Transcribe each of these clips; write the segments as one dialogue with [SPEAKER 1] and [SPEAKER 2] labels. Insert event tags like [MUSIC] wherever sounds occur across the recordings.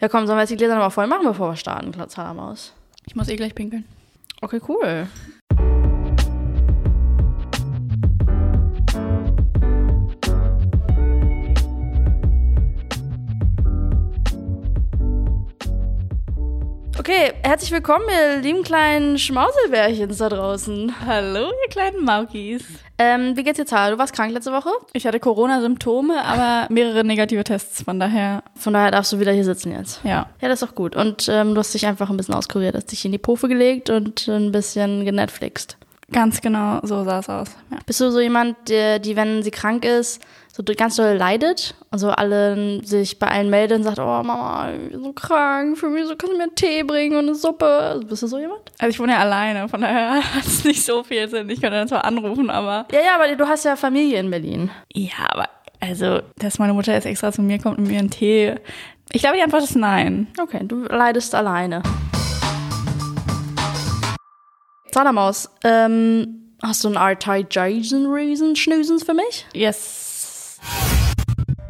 [SPEAKER 1] Ja, komm, sollen wir jetzt die Gläser nochmal voll machen, bevor wir starten, Zahnarmaus?
[SPEAKER 2] Ich muss eh gleich pinkeln.
[SPEAKER 1] Okay, cool. Okay, herzlich willkommen, ihr lieben kleinen Schmauselbärchens da draußen.
[SPEAKER 2] Hallo, ihr kleinen Maukis.
[SPEAKER 1] Ähm, wie geht's dir, Zara? Du warst krank letzte Woche?
[SPEAKER 2] Ich hatte Corona-Symptome, aber mehrere negative Tests. Von daher,
[SPEAKER 1] Von daher darfst du wieder hier sitzen jetzt.
[SPEAKER 2] ja.
[SPEAKER 1] Ja, das ist doch gut. Und ähm, du hast dich einfach ein bisschen auskuriert, hast dich in die Pofe gelegt und ein bisschen genetflixt.
[SPEAKER 2] Ganz genau so sah es aus. Ja.
[SPEAKER 1] Bist du so jemand, der, die, wenn sie krank ist, so d- ganz doll leidet und so alle sich bei allen meldet und sagt, oh Mama, ich bin so krank, für mich so kannst du mir einen Tee bringen und eine Suppe. Bist du so jemand?
[SPEAKER 2] Also ich wohne ja alleine, von daher [LAUGHS] hat es nicht so viel Sinn. Ich könnte dann zwar anrufen, aber...
[SPEAKER 1] Ja, ja, aber du hast ja Familie in Berlin.
[SPEAKER 2] Ja, aber also, dass meine Mutter jetzt extra zu mir kommt und mir einen Tee... Ich glaube, die Antwort ist nein.
[SPEAKER 1] Okay, du leidest alleine. Salamaus, ähm, hast du einen Artai-Jason-Reason, Schnüsens für mich?
[SPEAKER 2] Yes.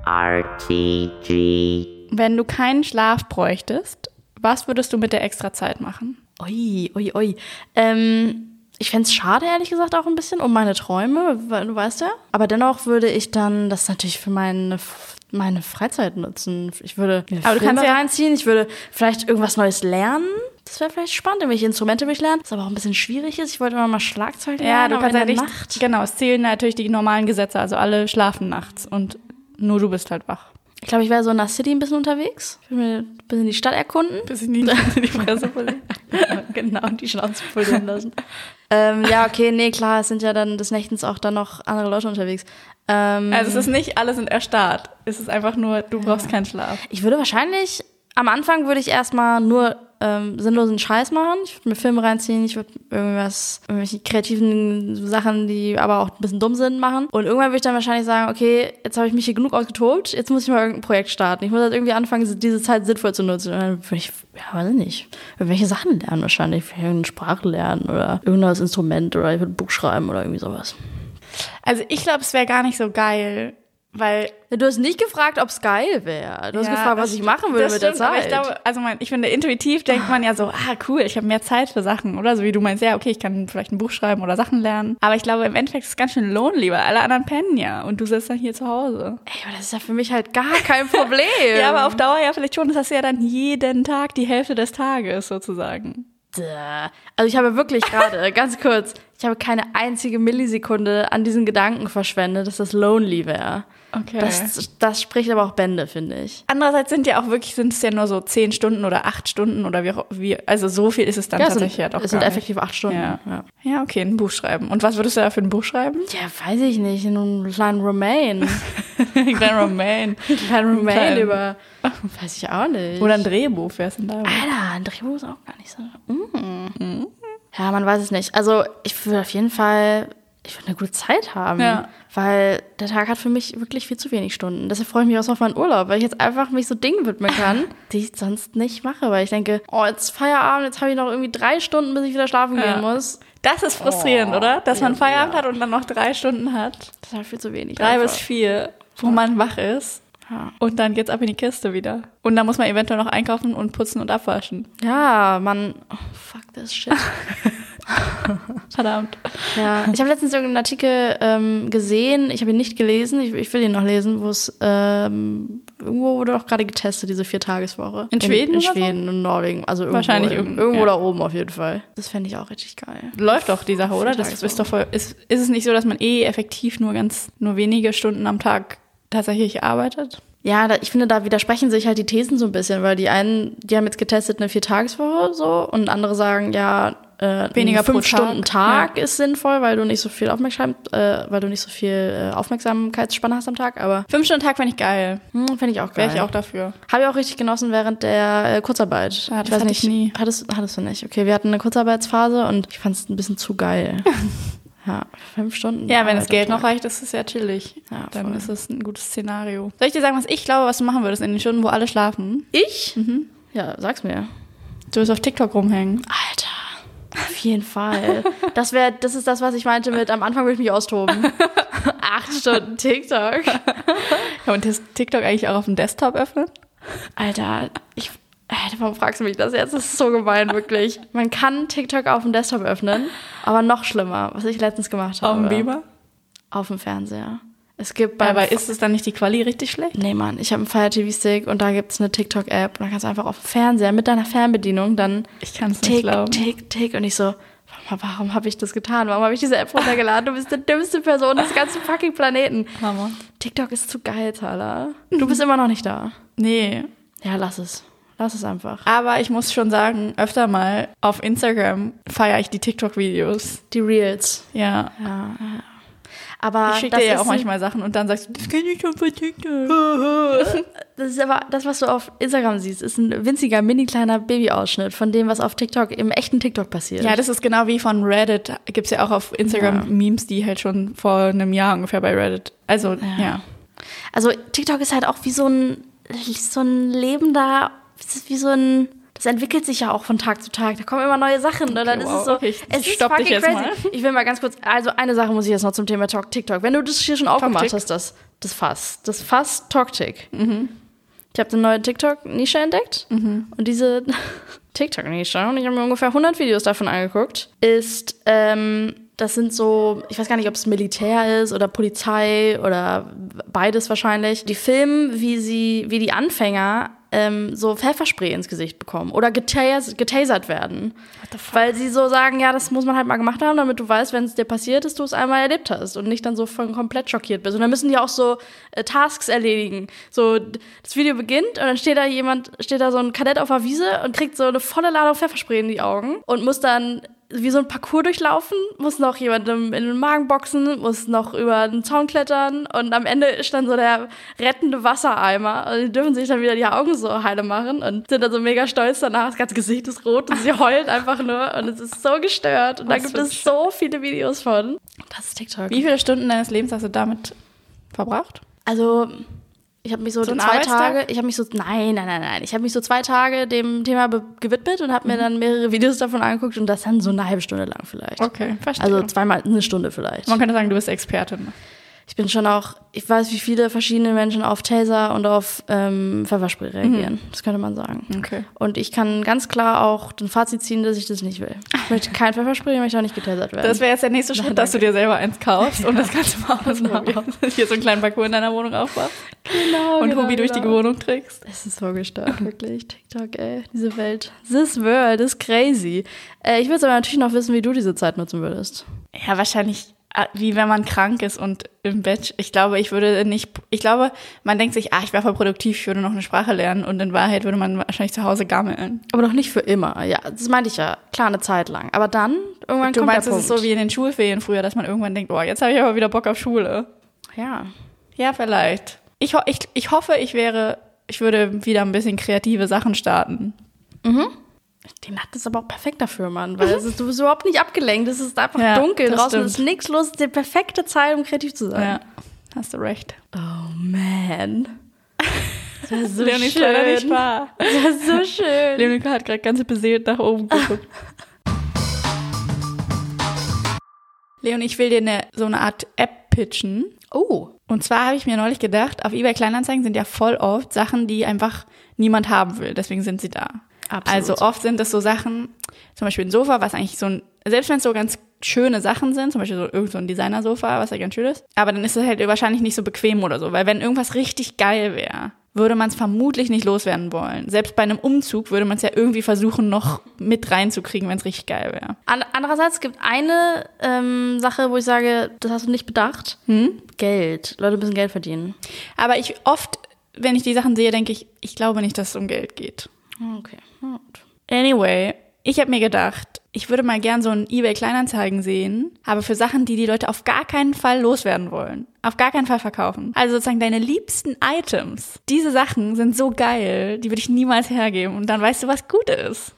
[SPEAKER 3] RTG.
[SPEAKER 2] Wenn du keinen Schlaf bräuchtest, was würdest du mit der extra Zeit machen?
[SPEAKER 1] Ui, ui, ui. Ähm, ich fänd's schade, ehrlich gesagt, auch ein bisschen um meine Träume, weil du weißt ja. Aber dennoch würde ich dann das natürlich für meine, F- meine Freizeit nutzen. Ich würde mir
[SPEAKER 2] Aber du
[SPEAKER 1] Filme
[SPEAKER 2] kannst ja-
[SPEAKER 1] reinziehen, ich würde vielleicht irgendwas Neues lernen. Das wäre vielleicht spannend, irgendwelche Instrumente würde ich lernen. Was aber auch ein bisschen schwierig ist. Ich wollte immer mal Schlagzeug lernen,
[SPEAKER 2] Ja, du
[SPEAKER 1] aber
[SPEAKER 2] kannst ja
[SPEAKER 1] in der
[SPEAKER 2] nicht.
[SPEAKER 1] Nacht.
[SPEAKER 2] Genau, es zählen natürlich die normalen Gesetze. Also alle schlafen nachts und nur du bist halt wach.
[SPEAKER 1] Ich glaube, ich wäre so in der City ein bisschen unterwegs. Ich würde mir ein bisschen die Stadt erkunden.
[SPEAKER 2] Bis ich nie [LAUGHS] in die Fresse [LAUGHS] verliere.
[SPEAKER 1] genau, die Schnauze pullen lassen. ähm, ja, okay, nee, klar, es sind ja dann des Nächtens auch dann noch andere Leute unterwegs. Ähm,
[SPEAKER 2] Also es ist nicht, alle sind erstarrt. Es ist einfach nur, du brauchst keinen Schlaf.
[SPEAKER 1] Ich würde wahrscheinlich, am Anfang würde ich erstmal nur ähm, sinnlosen Scheiß machen. Ich würde mir Filme reinziehen, ich würde irgendwas, irgendwelche kreativen Sachen, die aber auch ein bisschen dumm sind, machen. Und irgendwann würde ich dann wahrscheinlich sagen, okay, jetzt habe ich mich hier genug ausgetobt, jetzt muss ich mal irgendein Projekt starten. Ich muss halt irgendwie anfangen, diese Zeit sinnvoll zu nutzen. Und dann würde ich, ja, weiß ich nicht, irgendwelche Sachen lernen wahrscheinlich. Vielleicht irgendeine Sprache lernen oder irgendein neues Instrument oder ich würde ein Buch schreiben oder irgendwie sowas.
[SPEAKER 2] Also ich glaube, es wäre gar nicht so geil, weil
[SPEAKER 1] Du hast nicht gefragt, ob es geil wäre. Du hast
[SPEAKER 2] Ja,
[SPEAKER 1] gefragt,
[SPEAKER 2] das
[SPEAKER 1] was ich
[SPEAKER 2] sti-
[SPEAKER 1] machen würde
[SPEAKER 2] das
[SPEAKER 1] mit der
[SPEAKER 2] stimmt,
[SPEAKER 1] Zeit.
[SPEAKER 2] Aber ich glaube, also mein, ich finde, intuitiv denkt man ja so, ah, cool, ich habe mehr Zeit für Sachen, oder? So wie du meinst, ja, okay, ich kann vielleicht ein Buch schreiben oder Sachen lernen. Aber ich glaube, im Endeffekt ist es ganz schön lonely, weil alle anderen pennen ja und du sitzt dann hier zu Hause.
[SPEAKER 1] Ey, aber das ist ja für mich halt gar kein [LAUGHS] Problem.
[SPEAKER 2] Ja, aber auf Dauer ja vielleicht schon. Das hast du ja dann jeden Tag die Hälfte des Tages sozusagen.
[SPEAKER 1] Duh. Also ich habe wirklich gerade, [LAUGHS] ganz kurz, ich habe keine einzige Millisekunde an diesen Gedanken verschwendet, dass das lonely wäre.
[SPEAKER 2] Okay.
[SPEAKER 1] Das, das spricht aber auch Bände, finde ich.
[SPEAKER 2] Andererseits sind ja auch wirklich, sind es ja nur so zehn Stunden oder acht Stunden oder wie, auch- wie also so viel ist es dann
[SPEAKER 1] Ja, es sind,
[SPEAKER 2] tatsächlich ja doch
[SPEAKER 1] es sind
[SPEAKER 2] gar
[SPEAKER 1] effektiv acht Stunden.
[SPEAKER 2] Ja.
[SPEAKER 1] Ja. Ja.
[SPEAKER 2] nicht. Ja, okay, ein Buch schreiben. Und was würdest du da für ein Buch schreiben?
[SPEAKER 1] weiß ich nicht, einen kleinen Romaine.
[SPEAKER 2] [LAUGHS] Ein kleiner Roman.
[SPEAKER 1] Einen kleinen Romaine
[SPEAKER 2] kleinen-
[SPEAKER 1] über, weiß ich auch nicht.
[SPEAKER 2] [LAUGHS] Oder ein Drehbuch, wer ist denn da?
[SPEAKER 1] Alter, ein Drehbuch ist auch gar nicht so. Mm. Ja, man weiß es nicht. Also ich würde auf jeden Fall, ich würde eine gute Zeit haben,
[SPEAKER 2] Ja.
[SPEAKER 1] weil der Tag hat für mich wirklich viel zu wenig Stunden. Deshalb freue ich mich auch so auf meinen Urlaub, weil ich jetzt einfach mich so Dingen widmen
[SPEAKER 2] [LAUGHS]
[SPEAKER 1] kann, die ich sonst nicht mache, weil ich denke, oh, jetzt ist Feierabend, jetzt habe ich noch irgendwie drei Stunden, bis ich wieder schlafen
[SPEAKER 2] Ja.
[SPEAKER 1] gehen muss.
[SPEAKER 2] Das ist frustrierend, oder? Dass man Feierabend hat und dann noch drei Stunden hat.
[SPEAKER 1] Das ist halt viel zu wenig.
[SPEAKER 2] Drei
[SPEAKER 1] einfach.
[SPEAKER 2] bis vier, wo man wach ist.
[SPEAKER 1] Ja.
[SPEAKER 2] Und dann geht's ab in die Kiste wieder. Und dann muss man eventuell noch einkaufen und putzen und abwaschen.
[SPEAKER 1] Ja, man, oh, fuck this shit.
[SPEAKER 2] Verdammt.
[SPEAKER 1] Ja, [LAUGHS] ich habe letztens irgendeinen Artikel ähm, gesehen, ich habe ihn nicht gelesen, ich, ich will ihn noch lesen, wo es ähm, irgendwo wurde doch gerade getestet, diese Viertageswoche.
[SPEAKER 2] In Schweden
[SPEAKER 1] In, in
[SPEAKER 2] oder so?
[SPEAKER 1] Schweden und Norwegen. Also irgendwo,
[SPEAKER 2] Wahrscheinlich
[SPEAKER 1] in,
[SPEAKER 2] irgend-
[SPEAKER 1] irgendwo
[SPEAKER 2] ja.
[SPEAKER 1] da oben auf jeden Fall. Das fände ich auch richtig geil.
[SPEAKER 2] Läuft doch die Sache, oder? Das
[SPEAKER 1] Tageswoche.
[SPEAKER 2] ist doch voll. Ist, ist es nicht so, dass man eh effektiv nur ganz, nur wenige Stunden am Tag tatsächlich arbeitet?
[SPEAKER 1] Ja, da, ich finde, da widersprechen sich halt die Thesen so ein bisschen, weil die einen, die haben jetzt getestet eine Viertageswoche so und andere sagen, ja, äh,
[SPEAKER 2] Weniger
[SPEAKER 1] ein
[SPEAKER 2] pro
[SPEAKER 1] fünf
[SPEAKER 2] Tag,
[SPEAKER 1] Stunden Tag ist sinnvoll, weil du nicht so viel Aufmerksam, äh, weil du nicht so viel äh, Aufmerksamkeitsspanne hast am Tag, aber
[SPEAKER 2] Fünf Stunden Tag fände ich geil.
[SPEAKER 1] hm, finde ich auch geil.
[SPEAKER 2] Wäre ich auch dafür.
[SPEAKER 1] Habe ich auch richtig genossen während der äh, Kurzarbeit.
[SPEAKER 2] Ja, das hatte ich nie.
[SPEAKER 1] Hattest, hattest du nicht. Okay, wir hatten eine Kurzarbeitsphase und ich fand es ein bisschen zu
[SPEAKER 2] [LAUGHS]
[SPEAKER 1] geil. ja, fünf Stunden.
[SPEAKER 2] Ja, wenn
[SPEAKER 1] Arbeit
[SPEAKER 2] das
[SPEAKER 1] am
[SPEAKER 2] Geld
[SPEAKER 1] Tag.
[SPEAKER 2] noch reicht, ist es ja chillig.
[SPEAKER 1] Ja,
[SPEAKER 2] dann
[SPEAKER 1] voll.
[SPEAKER 2] ist es ein gutes Szenario. Soll ich dir sagen, was ich glaube, was du machen würdest in den Stunden, wo alle schlafen?
[SPEAKER 1] Ich? Mhm. Ja, sag's mir.
[SPEAKER 2] Du wirst auf TikTok rumhängen.
[SPEAKER 1] Alter. Auf jeden Fall. Das wäre, das ist das, was ich meinte mit am Anfang würde ich mich
[SPEAKER 2] [LAUGHS]
[SPEAKER 1] austoben. Acht Stunden [LAUGHS] TikTok.
[SPEAKER 2] Kann man das TikTok eigentlich auch auf dem Desktop öffnen?
[SPEAKER 1] Alter, ich. Äh, Warum fragst du mich das jetzt? Das ist so gemein, wirklich. Man kann TikTok auf dem Desktop öffnen, aber noch schlimmer, was ich letztens gemacht
[SPEAKER 2] Auf
[SPEAKER 1] habe.
[SPEAKER 2] dem Beamer?
[SPEAKER 1] Auf dem Fernseher. Es gibt bei.
[SPEAKER 2] Aber ist es dann nicht die Quali richtig schlecht?
[SPEAKER 1] Nee, Mann, ich habe einen Fire TV Stick und da gibt's eine TikTok-App und da kannst du einfach auf dem Fernseher mit deiner Fernbedienung dann
[SPEAKER 2] Ich kann es nicht
[SPEAKER 1] tick,
[SPEAKER 2] glauben.
[SPEAKER 1] tick, tick und ich so, Mama, warum habe ich das getan? Warum habe ich diese App runtergeladen? Du bist die dümmste Person des ganzen fucking Planeten.
[SPEAKER 2] Hammer.
[SPEAKER 1] TikTok ist zu geil, Thala. Du bist immer noch nicht da.
[SPEAKER 2] Nee.
[SPEAKER 1] Ja, lass es. Lass es einfach.
[SPEAKER 2] Aber ich muss schon sagen, öfter mal auf Instagram feiere ich die TikTok-Videos.
[SPEAKER 1] Die Reels.
[SPEAKER 2] Ja.
[SPEAKER 1] Ja, ja. Aber
[SPEAKER 2] Ich schicke
[SPEAKER 1] das
[SPEAKER 2] dir ja
[SPEAKER 1] ist
[SPEAKER 2] auch manchmal Sachen und dann sagst du, das kenne ich schon von TikTok.
[SPEAKER 1] Ein, das ist aber das, was du auf Instagram siehst, ist ein winziger, mini kleiner Babyausschnitt von dem, was auf TikTok, im echten TikTok passiert.
[SPEAKER 2] Ja, das ist genau wie von Reddit. Gibt es ja auch auf Instagram
[SPEAKER 1] Ja.
[SPEAKER 2] Memes, die halt schon vor einem Jahr ungefähr bei Reddit. Also, ja.
[SPEAKER 1] Also TikTok ist halt auch wie so ein, so ein lebender, es ist wie so ein, das entwickelt sich ja auch von Tag zu Tag. Da kommen immer neue Sachen. und dann
[SPEAKER 2] Okay,
[SPEAKER 1] ist
[SPEAKER 2] wow.
[SPEAKER 1] es so,
[SPEAKER 2] Okay, ich
[SPEAKER 1] es ist
[SPEAKER 2] stopp dich
[SPEAKER 1] fucking
[SPEAKER 2] jetzt
[SPEAKER 1] crazy.
[SPEAKER 2] mal.
[SPEAKER 1] [LAUGHS] Ich will mal ganz kurz, also eine Sache muss ich jetzt noch zum Thema Talk TikTok. Wenn du das hier schon aufgemacht
[SPEAKER 2] Tick.
[SPEAKER 1] hast, das, das Fass, das Fass Talk-Tick. Ich habe eine neue TikTok-Nische entdeckt und diese [LAUGHS] TikTok-Nische, und ich habe mir ungefähr 100 Videos davon angeguckt, ist, ähm, das sind so, ich weiß gar nicht, ob es Militär ist oder Polizei oder beides wahrscheinlich. Die filmen, wie sie, wie die Anfänger ähm, so Pfefferspray ins Gesicht bekommen oder getas getasert werden. Weil sie so sagen, ja, das muss man halt mal gemacht haben, damit du weißt, wenn es dir passiert ist, du es einmal erlebt hast und nicht dann so von komplett schockiert bist. Und dann müssen die auch so äh, Tasks erledigen. So, d- das Video beginnt und dann steht da jemand, steht da so ein Kadett auf der Wiese und kriegt so eine volle Ladung Pfefferspray in die Augen und muss dann wie so ein Parcours durchlaufen, muss noch jemandem in den Magen boxen, muss noch über den Zaun klettern und am Ende ist dann so der rettende Wassereimer. Und die dürfen sich dann wieder die Augen so heile machen und sind dann so mega stolz danach. Das ganze Gesicht ist rot und sie heult einfach nur und es ist so gestört. Und da
[SPEAKER 2] Was
[SPEAKER 1] gibt
[SPEAKER 2] für ein
[SPEAKER 1] es so viele Videos von. Das ist TikTok.
[SPEAKER 2] Wie viele Stunden deines Lebens hast du damit verbracht?
[SPEAKER 1] Also, ich habe mich so,
[SPEAKER 2] So ein
[SPEAKER 1] zwei
[SPEAKER 2] Arbeitstag?
[SPEAKER 1] Tage, ich habe mich so, nein, nein, nein, nein, ich habe mich so zwei Tage dem Thema be- gewidmet und habe mir dann mehrere Videos davon angeguckt und das dann so eine halbe Stunde lang vielleicht.
[SPEAKER 2] Okay, verstehe.
[SPEAKER 1] Also zweimal eine Stunde vielleicht.
[SPEAKER 2] Man könnte sagen, du bist ne? Expertin.
[SPEAKER 1] Ich bin schon auch, ich weiß, wie viele verschiedene Menschen auf Taser und auf ähm, Pfefferspray reagieren. Das könnte man sagen.
[SPEAKER 2] Mhm. Okay.
[SPEAKER 1] Und ich kann ganz klar auch den Fazit ziehen, dass ich das nicht will. Ich möchte kein Pfefferspray, ich möchte auch nicht getasert werden.
[SPEAKER 2] Das wäre jetzt der nächste Schritt, dass du dir selber eins kaufst und [LAUGHS] das Ganze mal ausprobieren. Hier so einen kleinen Parcours in deiner Wohnung aufmachst
[SPEAKER 1] genau,
[SPEAKER 2] und Hubi durch die Wohnung trägst.
[SPEAKER 1] Es ist so
[SPEAKER 2] [LAUGHS]
[SPEAKER 1] gestört, wirklich. TikTok, ey, diese Welt. This world is crazy. Äh, ich würde aber natürlich noch wissen, wie du diese Zeit nutzen würdest.
[SPEAKER 2] Ja, wahrscheinlich äh, wie wenn man krank ist und im Bett. Ich glaube, ich würde nicht, ich glaube, man denkt sich, ah, ich wäre voll produktiv, ich würde noch eine Sprache lernen und in Wahrheit würde man wahrscheinlich zu Hause gammeln.
[SPEAKER 1] Aber doch nicht für immer. Ja, das meinte ich ja. Klar, eine Zeit lang. Aber dann, irgendwann
[SPEAKER 2] Du
[SPEAKER 1] kommt
[SPEAKER 2] meinst,
[SPEAKER 1] der Punkt.
[SPEAKER 2] es ist so wie in den Schulferien früher, dass man irgendwann denkt, oh, jetzt habe ich aber wieder Bock auf Schule.
[SPEAKER 1] ja.
[SPEAKER 2] Ja, vielleicht. Ich, ho- ich, ich hoffe, ich wäre, ich würde wieder ein bisschen kreative Sachen starten. Mhm.
[SPEAKER 1] Die Nacht ist aber auch perfekt dafür, Mann. Weil es ist, du bist überhaupt nicht abgelenkt. Es ist einfach
[SPEAKER 2] Ja,
[SPEAKER 1] dunkel.
[SPEAKER 2] das
[SPEAKER 1] Draußen
[SPEAKER 2] stimmt.
[SPEAKER 1] ist nichts los. Es ist die perfekte Zeit, um kreativ zu sein.
[SPEAKER 2] Ja, hast du recht.
[SPEAKER 1] Oh,
[SPEAKER 2] [LAUGHS]
[SPEAKER 1] man. Das wäre so
[SPEAKER 2] Leonie ist leider nicht
[SPEAKER 1] schön.
[SPEAKER 2] wahr.
[SPEAKER 1] Das wäre so schön.
[SPEAKER 2] Leonie hat gerade ganz beseelt nach oben geguckt. Leonie, ich will dir ne- so eine Art App pitchen.
[SPEAKER 1] Oh.
[SPEAKER 2] Und zwar habe ich mir neulich gedacht, auf eBay Kleinanzeigen sind ja voll oft Sachen, die einfach niemand haben will. Deswegen sind sie da.
[SPEAKER 1] Absolut.
[SPEAKER 2] Also oft sind es so Sachen, zum Beispiel ein Sofa, was eigentlich so ein, selbst wenn es so ganz schöne Sachen sind, zum Beispiel so irgend so ein Designersofa, was ja ganz schön ist, aber dann ist es halt wahrscheinlich nicht so bequem oder so, weil wenn irgendwas richtig geil wäre, würde man es vermutlich nicht loswerden wollen. Selbst bei einem Umzug würde man es ja irgendwie versuchen, noch mit reinzukriegen, wenn es richtig geil wäre.
[SPEAKER 1] An andererseits gibt eine ähm, Sache, wo ich sage, das hast du nicht bedacht. Hm? Geld. Leute müssen Geld verdienen.
[SPEAKER 2] Aber ich oft, wenn ich die Sachen sehe, denke ich, ich glaube nicht, dass es um Geld geht.
[SPEAKER 1] Okay. Gut.
[SPEAKER 2] Anyway, ich habe mir gedacht, ich würde mal gern so ein eBay Kleinanzeigen sehen, aber für Sachen, die die Leute auf gar keinen Fall loswerden wollen, auf gar keinen Fall verkaufen. Also sozusagen deine liebsten Items. Diese Sachen sind so geil, die würde ich niemals hergeben und dann weißt du, was gut ist.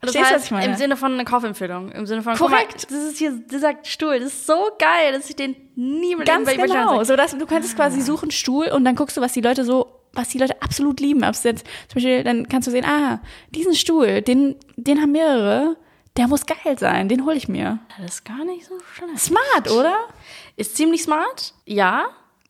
[SPEAKER 1] Das
[SPEAKER 2] Verstehst du, was
[SPEAKER 1] heißt,
[SPEAKER 2] ich meine?
[SPEAKER 1] im Sinne von einer Kaufempfehlung. Im Sinne von,
[SPEAKER 2] Korrekt.
[SPEAKER 1] Guck mal, das ist hier, dieser Stuhl, das ist so geil, dass ich den nie mit
[SPEAKER 2] Ganz
[SPEAKER 1] irgendwelchen
[SPEAKER 2] genau,
[SPEAKER 1] Menschen-
[SPEAKER 2] so dass du könntest quasi suchen Stuhl und dann guckst du, was die Leute so, was die Leute absolut lieben. Ob's jetzt, zum Beispiel, dann kannst du sehen, ah, diesen Stuhl, den, den haben mehrere, der muss geil sein, den hole ich mir.
[SPEAKER 1] Das ist gar nicht so schlecht.
[SPEAKER 2] Smart, oder?
[SPEAKER 1] Ist ziemlich smart, ja.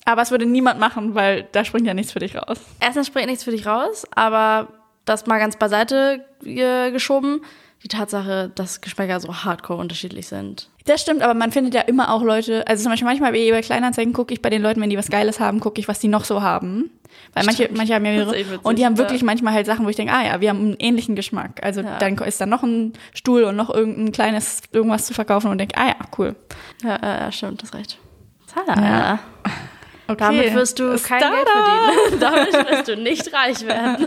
[SPEAKER 2] Aber es würde niemand machen, weil da springt ja nichts für dich raus.
[SPEAKER 1] Erstens springt nichts für dich raus, aber das mal ganz beiseite äh, geschoben. Die Tatsache, dass Geschmäcker so hardcore unterschiedlich sind.
[SPEAKER 2] Das stimmt, aber man findet ja immer auch Leute, also zum Beispiel manchmal bei Kleinanzeigen gucke ich bei den Leuten, wenn die was Geiles haben, gucke ich, was die noch so haben. Weil manche,
[SPEAKER 1] Stimmt.
[SPEAKER 2] manche haben ja mehrere.
[SPEAKER 1] Das ist eh witzig,
[SPEAKER 2] und die haben
[SPEAKER 1] ja.
[SPEAKER 2] wirklich manchmal halt Sachen, wo ich denke, ah ja, wir haben einen ähnlichen Geschmack. Also
[SPEAKER 1] Ja.
[SPEAKER 2] dann ist da noch ein Stuhl und noch irgendein kleines irgendwas zu verkaufen und denke, ah ja, cool.
[SPEAKER 1] Ja, äh, ja, stimmt, das recht.
[SPEAKER 2] Ja.
[SPEAKER 1] Ja.
[SPEAKER 2] Okay.
[SPEAKER 1] Damit wirst du kein Geld verdienen. [LAUGHS] Damit wirst du nicht reich werden.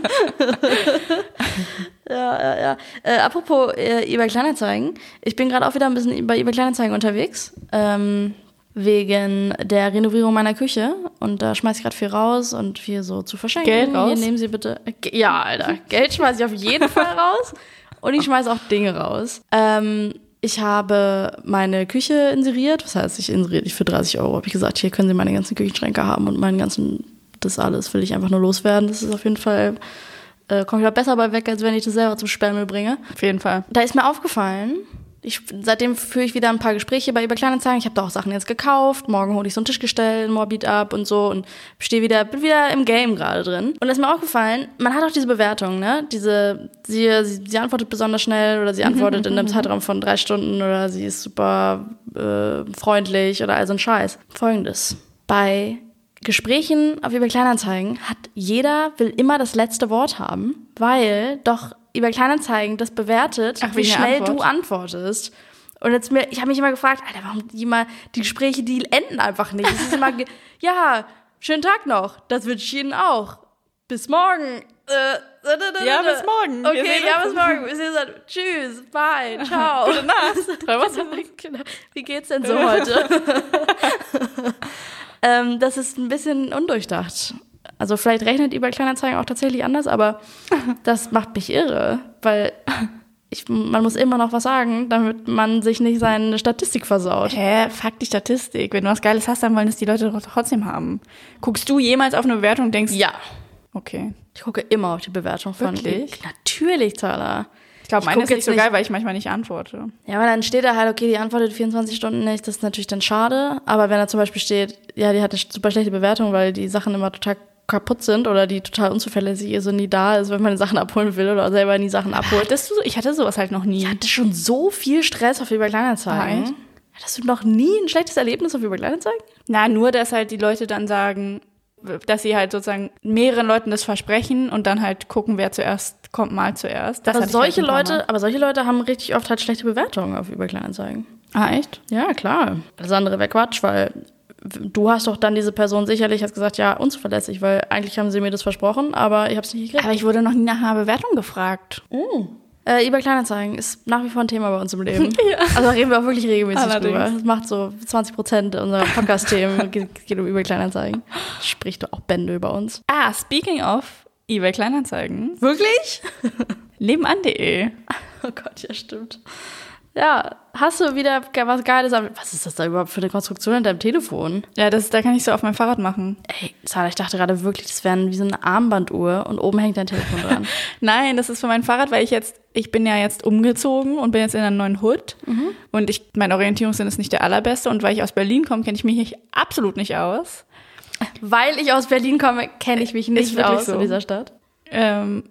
[SPEAKER 1] [LAUGHS] ja, ja, ja. Äh, apropos äh, eBay Kleinanzeigen. Ich bin gerade auch wieder ein bisschen bei eBay Kleinanzeigen unterwegs. Ähm, wegen der Renovierung meiner Küche. Und da schmeiß ich gerade viel raus und viel so zu verschenken.
[SPEAKER 2] Geld raus?
[SPEAKER 1] Hier nehmen Sie bitte. Äh, Ge- Ja, Alter. Geld schmeiß ich auf jeden Fall raus. Und ich schmeiß auch Dinge raus. Ähm, ich habe meine Küche inseriert. Was heißt, ich inseriert ich für 30 Euro. Habe ich gesagt, hier können Sie meine ganzen Küchenschränke haben und meinen ganzen, das alles will ich einfach nur loswerden. Das ist auf jeden Fall, äh, komme ich da besser bei weg, als wenn ich das selber zum Sperrmüll bringe.
[SPEAKER 2] Auf jeden Fall.
[SPEAKER 1] Da ist mir aufgefallen, ich, seitdem führe ich wieder ein paar Gespräche bei über Kleinanzeigen. Ich habe da auch Sachen jetzt gekauft. Morgen hole ich so ein Tischgestell in Morbid ab und so und stehe wieder, bin wieder im Game gerade drin. Und da ist mir aufgefallen, man hat auch diese Bewertung, ne? Diese, sie, sie, sie antwortet besonders schnell oder sie antwortet in einem Zeitraum von drei Stunden oder sie ist super äh, freundlich oder all so ein Scheiß. Folgendes. Bei Gesprächen auf eBay Kleinanzeigen hat jeder, will immer das letzte Wort haben, weil doch eBay Kleinanzeigen das bewertet,
[SPEAKER 2] Ach,
[SPEAKER 1] wie
[SPEAKER 2] wegen der
[SPEAKER 1] schnell
[SPEAKER 2] Antwort.
[SPEAKER 1] du antwortest. Und jetzt mir, ich habe mich immer gefragt, Alter, warum die immer, die Gespräche, die enden einfach nicht. Es ist immer, ge- [LAUGHS] ja, schönen Tag noch, das wünsche ich Ihnen auch. Bis morgen. Äh, da, da, da,
[SPEAKER 2] Ja,
[SPEAKER 1] da, da.
[SPEAKER 2] bis morgen. Wir
[SPEAKER 1] Okay,
[SPEAKER 2] sehen
[SPEAKER 1] ja, bis
[SPEAKER 2] uns.
[SPEAKER 1] morgen. Wir sehen uns dann. Tschüss, bye,
[SPEAKER 2] [LAUGHS]
[SPEAKER 1] ciao. Gute [LAUGHS] Nacht. genau. Wie geht's denn so heute? ähm, das ist ein bisschen undurchdacht. Also vielleicht rechnet eBay Kleinanzeigen auch tatsächlich anders, aber das macht mich irre, weil ich, man muss immer noch was sagen, damit man sich nicht seine Statistik versaut.
[SPEAKER 2] Hä, fuck die Statistik. Wenn du was Geiles hast, dann wollen es die Leute doch trotzdem haben. Guckst du jemals auf eine Bewertung und denkst,
[SPEAKER 1] Ja.
[SPEAKER 2] okay.
[SPEAKER 1] Ich gucke immer auf die Bewertung von
[SPEAKER 2] Wirklich?
[SPEAKER 1] eBay. Natürlich, Tyler.
[SPEAKER 2] Ich glaube,
[SPEAKER 1] Ich
[SPEAKER 2] meine
[SPEAKER 1] guck
[SPEAKER 2] ist nicht
[SPEAKER 1] jetzt
[SPEAKER 2] so
[SPEAKER 1] nicht-
[SPEAKER 2] geil, weil ich manchmal nicht antworte.
[SPEAKER 1] Ja, aber dann steht da halt, okay, die antwortet 24 Stunden nicht, das ist natürlich dann schade. Aber wenn da zum Beispiel steht, ja, die hat eine sch- super schlechte Bewertung, weil die Sachen immer total kaputt sind oder die total unzuverlässig ist und nie da ist, wenn man die Sachen abholen will oder selber nie Sachen abholt.
[SPEAKER 2] Hattest du so, ich hatte sowas halt noch nie.
[SPEAKER 1] Ich hatte schon so viel Stress auf eBay Kleinanzeigen.
[SPEAKER 2] Ah, echt?
[SPEAKER 1] Hattest du noch nie ein schlechtes Erlebnis auf eBay Kleinanzeigen?
[SPEAKER 2] Na, nur, dass halt die Leute dann sagen, dass sie halt sozusagen mehreren Leuten das versprechen und dann halt gucken, wer zuerst kommt, mal zuerst. Das
[SPEAKER 1] Aber
[SPEAKER 2] hatte ich halt
[SPEAKER 1] solche
[SPEAKER 2] ein paar Mal.
[SPEAKER 1] Leute, aber solche Leute haben richtig oft halt schlechte Bewertungen auf eBay Kleinanzeigen.
[SPEAKER 2] Ah, echt?
[SPEAKER 1] Ja, klar. Das andere wäre Quatsch, weil du hast doch dann diese Person sicherlich hast gesagt, ja, unzuverlässig, weil eigentlich haben sie mir das versprochen, aber ich habe es nicht gekriegt.
[SPEAKER 2] Aber ich wurde noch nie nach einer Bewertung gefragt.
[SPEAKER 1] Äh, eBay Kleinanzeigen ist nach wie vor ein Thema bei uns im
[SPEAKER 2] [LAUGHS]
[SPEAKER 1] Leben. Also da reden wir auch wirklich regelmäßig
[SPEAKER 2] Allerdings.
[SPEAKER 1] drüber. Das macht so 20 Prozent unserer Podcast-Themen [LAUGHS] ge- geht um eBay Kleinanzeigen. Spricht doch auch Bände über uns.
[SPEAKER 2] Ah, speaking of eBay Kleinanzeigen.
[SPEAKER 1] Wirklich?
[SPEAKER 2] Nebenan.de.
[SPEAKER 1] [LAUGHS] Oh Gott, ja, stimmt. Ja, hast du wieder ge- was Geiles? am- Was ist das da überhaupt für eine Konstruktion in deinem Telefon?
[SPEAKER 2] Ja, das, da kann ich so auf mein Fahrrad machen.
[SPEAKER 1] Ey, Sarah, ich dachte gerade wirklich, das wäre wie so eine Armbanduhr und oben hängt dein Telefon dran.
[SPEAKER 2] Nein, das ist für mein Fahrrad, weil ich jetzt, ich bin ja jetzt umgezogen und bin jetzt in einer neuen Hood.
[SPEAKER 1] Mhm.
[SPEAKER 2] Und ich, mein Orientierungssinn ist nicht der allerbeste. Und weil ich aus Berlin komme, kenne ich mich nicht, absolut nicht aus.
[SPEAKER 1] [LAUGHS] Weil ich aus Berlin komme, kenne ich mich nicht
[SPEAKER 2] wirklich
[SPEAKER 1] aus
[SPEAKER 2] so.
[SPEAKER 1] in dieser Stadt.
[SPEAKER 2] Ähm,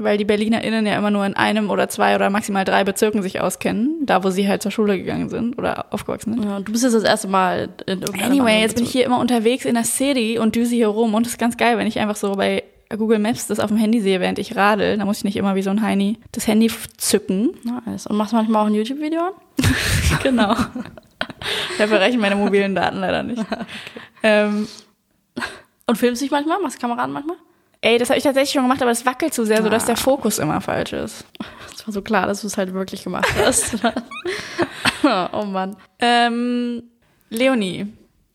[SPEAKER 2] weil die BerlinerInnen ja immer nur in einem oder zwei oder maximal drei Bezirken sich auskennen, da wo sie halt zur Schule gegangen sind oder aufgewachsen sind.
[SPEAKER 1] Ja, und du bist jetzt das erste Mal in irgendeinem
[SPEAKER 2] Anyway,
[SPEAKER 1] anderen
[SPEAKER 2] jetzt bin ich
[SPEAKER 1] Bezug.
[SPEAKER 2] hier immer unterwegs in der City und düse hier rum und es ist ganz geil, wenn ich einfach so bei Google Maps das auf dem Handy sehe, während ich radel. Da muss ich nicht immer wie so ein Heini das Handy f- zücken.
[SPEAKER 1] [LAUGHS] Nice. Und machst manchmal auch ein YouTube-Video an?
[SPEAKER 2] Genau. Dafür reichen meine mobilen Daten leider nicht. Ähm,
[SPEAKER 1] Und filmst dich manchmal? Machst Kamera an manchmal?
[SPEAKER 2] ey, das habe ich tatsächlich schon gemacht, aber das wackelt zu sehr, sodass der Fokus immer falsch ist.
[SPEAKER 1] Es war so klar, dass du es halt wirklich gemacht [LAUGHS] hast. oh Mann.
[SPEAKER 2] Ähm, Leonie,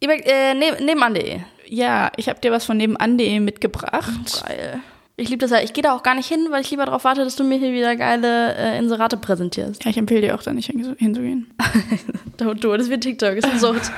[SPEAKER 1] Über, äh, ne, nebenan.de.
[SPEAKER 2] ja, ich habe dir was von nebenan.de mitgebracht.
[SPEAKER 1] Geil. Ich liebe das ja. Ich gehe da auch gar nicht hin, weil ich lieber darauf warte, dass du mir hier wieder geile äh, Inserate präsentierst. [LAUGHS]
[SPEAKER 2] Ja, ich empfehle dir auch, da nicht hinzu- hinzugehen.
[SPEAKER 1] Don't do it. Das wird TikTok. Ist eine Sucht.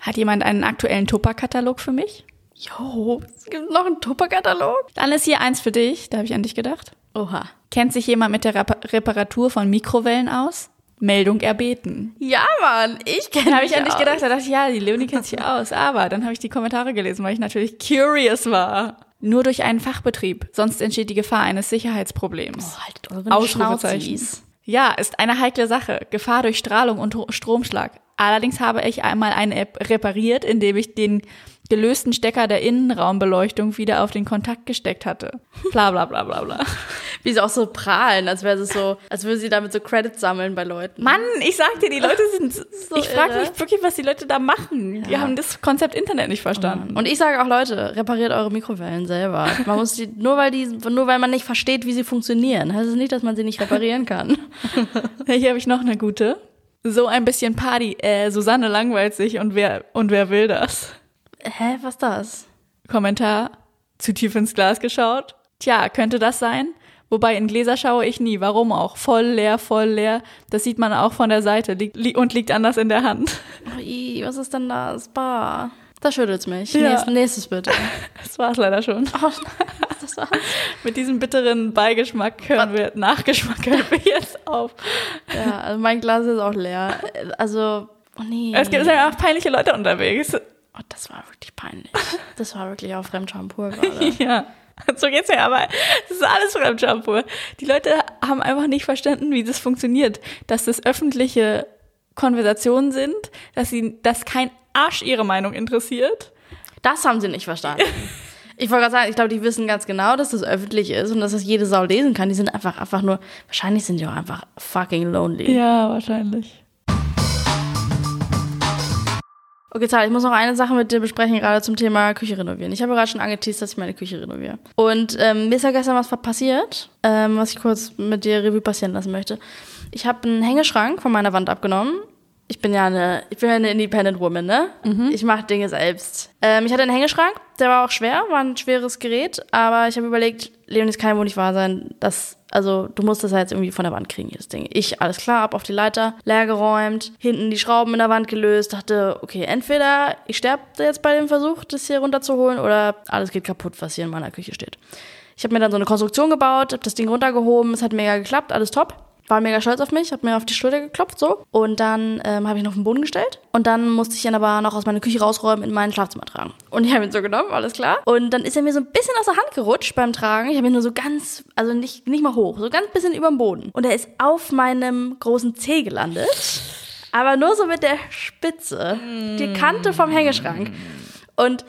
[SPEAKER 2] Hat jemand einen aktuellen Tupper-Katalog für mich?
[SPEAKER 1] Jo, es gibt noch einen Tupper-Katalog?
[SPEAKER 2] Dann ist hier eins für dich, da habe ich an dich gedacht.
[SPEAKER 1] Oha.
[SPEAKER 2] Kennt sich jemand mit der Rapa- Reparatur von Mikrowellen aus? Meldung erbeten.
[SPEAKER 1] Ja, Mann, ich
[SPEAKER 2] Dann
[SPEAKER 1] kenne
[SPEAKER 2] habe ich
[SPEAKER 1] mich
[SPEAKER 2] an dich
[SPEAKER 1] aus.
[SPEAKER 2] gedacht, da dachte ich, ja, die Leonie kennt sich aus. Aber dann habe ich die Kommentare gelesen, weil ich natürlich curious war. Nur durch einen Fachbetrieb, sonst entsteht die Gefahr eines Sicherheitsproblems.
[SPEAKER 1] Oh, haltet euren Schnauzis.
[SPEAKER 2] Ja, ist eine heikle Sache. Gefahr durch Strahlung und Ho- Stromschlag. Allerdings habe ich einmal eine App repariert, indem ich den gelösten Stecker der Innenraumbeleuchtung wieder auf den Kontakt gesteckt hatte. Bla bla bla bla bla.
[SPEAKER 1] Wie sie auch so prahlen, als wäre es so, als würde sie damit so Credits sammeln bei Leuten.
[SPEAKER 2] Mann, ich sag dir, die Leute sind so Ich frage
[SPEAKER 1] irre.
[SPEAKER 2] mich wirklich, was die Leute da machen. Die
[SPEAKER 1] Ja.
[SPEAKER 2] haben das Konzept Internet nicht verstanden.
[SPEAKER 1] Und ich sage auch, Leute, repariert eure Mikrowellen selber. Man muss die, nur weil die, nur weil man nicht versteht, wie sie funktionieren, heißt es nicht, dass man sie nicht reparieren kann.
[SPEAKER 2] Hier habe ich noch eine gute. So ein bisschen Party. Äh, Susanne langweilt sich und wer und wer will das?
[SPEAKER 1] [LAUGHS] Hä, was das?
[SPEAKER 2] Kommentar. Zu tief ins Glas geschaut. Tja, könnte das sein? Wobei in Gläser schaue ich nie. Warum auch? Voll leer, voll leer. Das sieht man auch von der Seite liegt, li und liegt anders in der Hand. [LAUGHS]
[SPEAKER 1] Oh, ii, was ist denn das? Bah. Da schüttelt's mich.
[SPEAKER 2] Ja.
[SPEAKER 1] Nächstes, nächstes bitte.
[SPEAKER 2] Das war's leider schon.
[SPEAKER 1] [LAUGHS] Oh, das war
[SPEAKER 2] Mit diesem bitteren Beigeschmack hören wir, Nachgeschmack hören wir jetzt auf.
[SPEAKER 1] Ja, also mein Glas ist auch leer. Also, oh nee.
[SPEAKER 2] Es gibt ja auch peinliche Leute unterwegs.
[SPEAKER 1] oh, das war wirklich peinlich. Das war wirklich auch Fremdscham [LAUGHS] pur gerade.
[SPEAKER 2] [LAUGHS] Ja. So geht's ja, aber das ist alles Fremdschampo. Die Leute haben einfach nicht verstanden, wie das funktioniert. Dass das öffentliche Konversationen sind, dass sie, dass kein Arsch ihre Meinung interessiert.
[SPEAKER 1] Das haben sie nicht verstanden. Ich wollte gerade sagen, ich glaube, die wissen ganz genau, dass das öffentlich ist und dass das jede Sau lesen kann. Die sind einfach, einfach nur, wahrscheinlich sind die auch einfach fucking lonely.
[SPEAKER 2] Ja, wahrscheinlich.
[SPEAKER 1] Okay, Zara, ich muss noch eine Sache mit dir besprechen, gerade zum Thema Küche renovieren. Ich habe gerade schon angeteased, dass ich meine Küche renoviere. Und ähm, mir ist ja gestern was passiert, ähm, was ich kurz mit dir Revue passieren lassen möchte. Ich habe einen Hängeschrank von meiner Wand abgenommen. Ich bin ja eine, ich bin ja eine Independent Woman, ne? Ich mache Dinge selbst. Ähm, ich hatte einen Hängeschrank, der war auch schwer, war ein schweres Gerät, aber ich habe überlegt, Leonie, es kann ja wohl nicht wahr sein, dass, also du musst das ja jetzt irgendwie von der Wand kriegen, jedes Ding. Ich, alles klar, ab auf die Leiter, leer geräumt, hinten die Schrauben in der Wand gelöst, dachte, okay, entweder ich sterbe jetzt bei dem Versuch, das hier runterzuholen, oder alles geht kaputt, was hier in meiner Küche steht. Ich habe mir dann so eine Konstruktion gebaut, habe das Ding runtergehoben, es hat mega geklappt, alles top. War mega stolz auf mich, habe mir auf die Schulter geklopft so und dann ähm, habe ich ihn auf den Boden gestellt und dann musste ich ihn aber noch aus meiner Küche rausräumen in mein Schlafzimmer tragen. Und ich habe ihn so genommen, alles klar. Und dann ist er mir so ein bisschen aus der Hand gerutscht beim Tragen. Ich habe ihn nur so ganz, also nicht, nicht mal hoch, so ganz bisschen über dem Boden. Und er ist auf meinem großen Zeh gelandet, aber nur so mit der Spitze, die Kante vom Hängeschrank. Und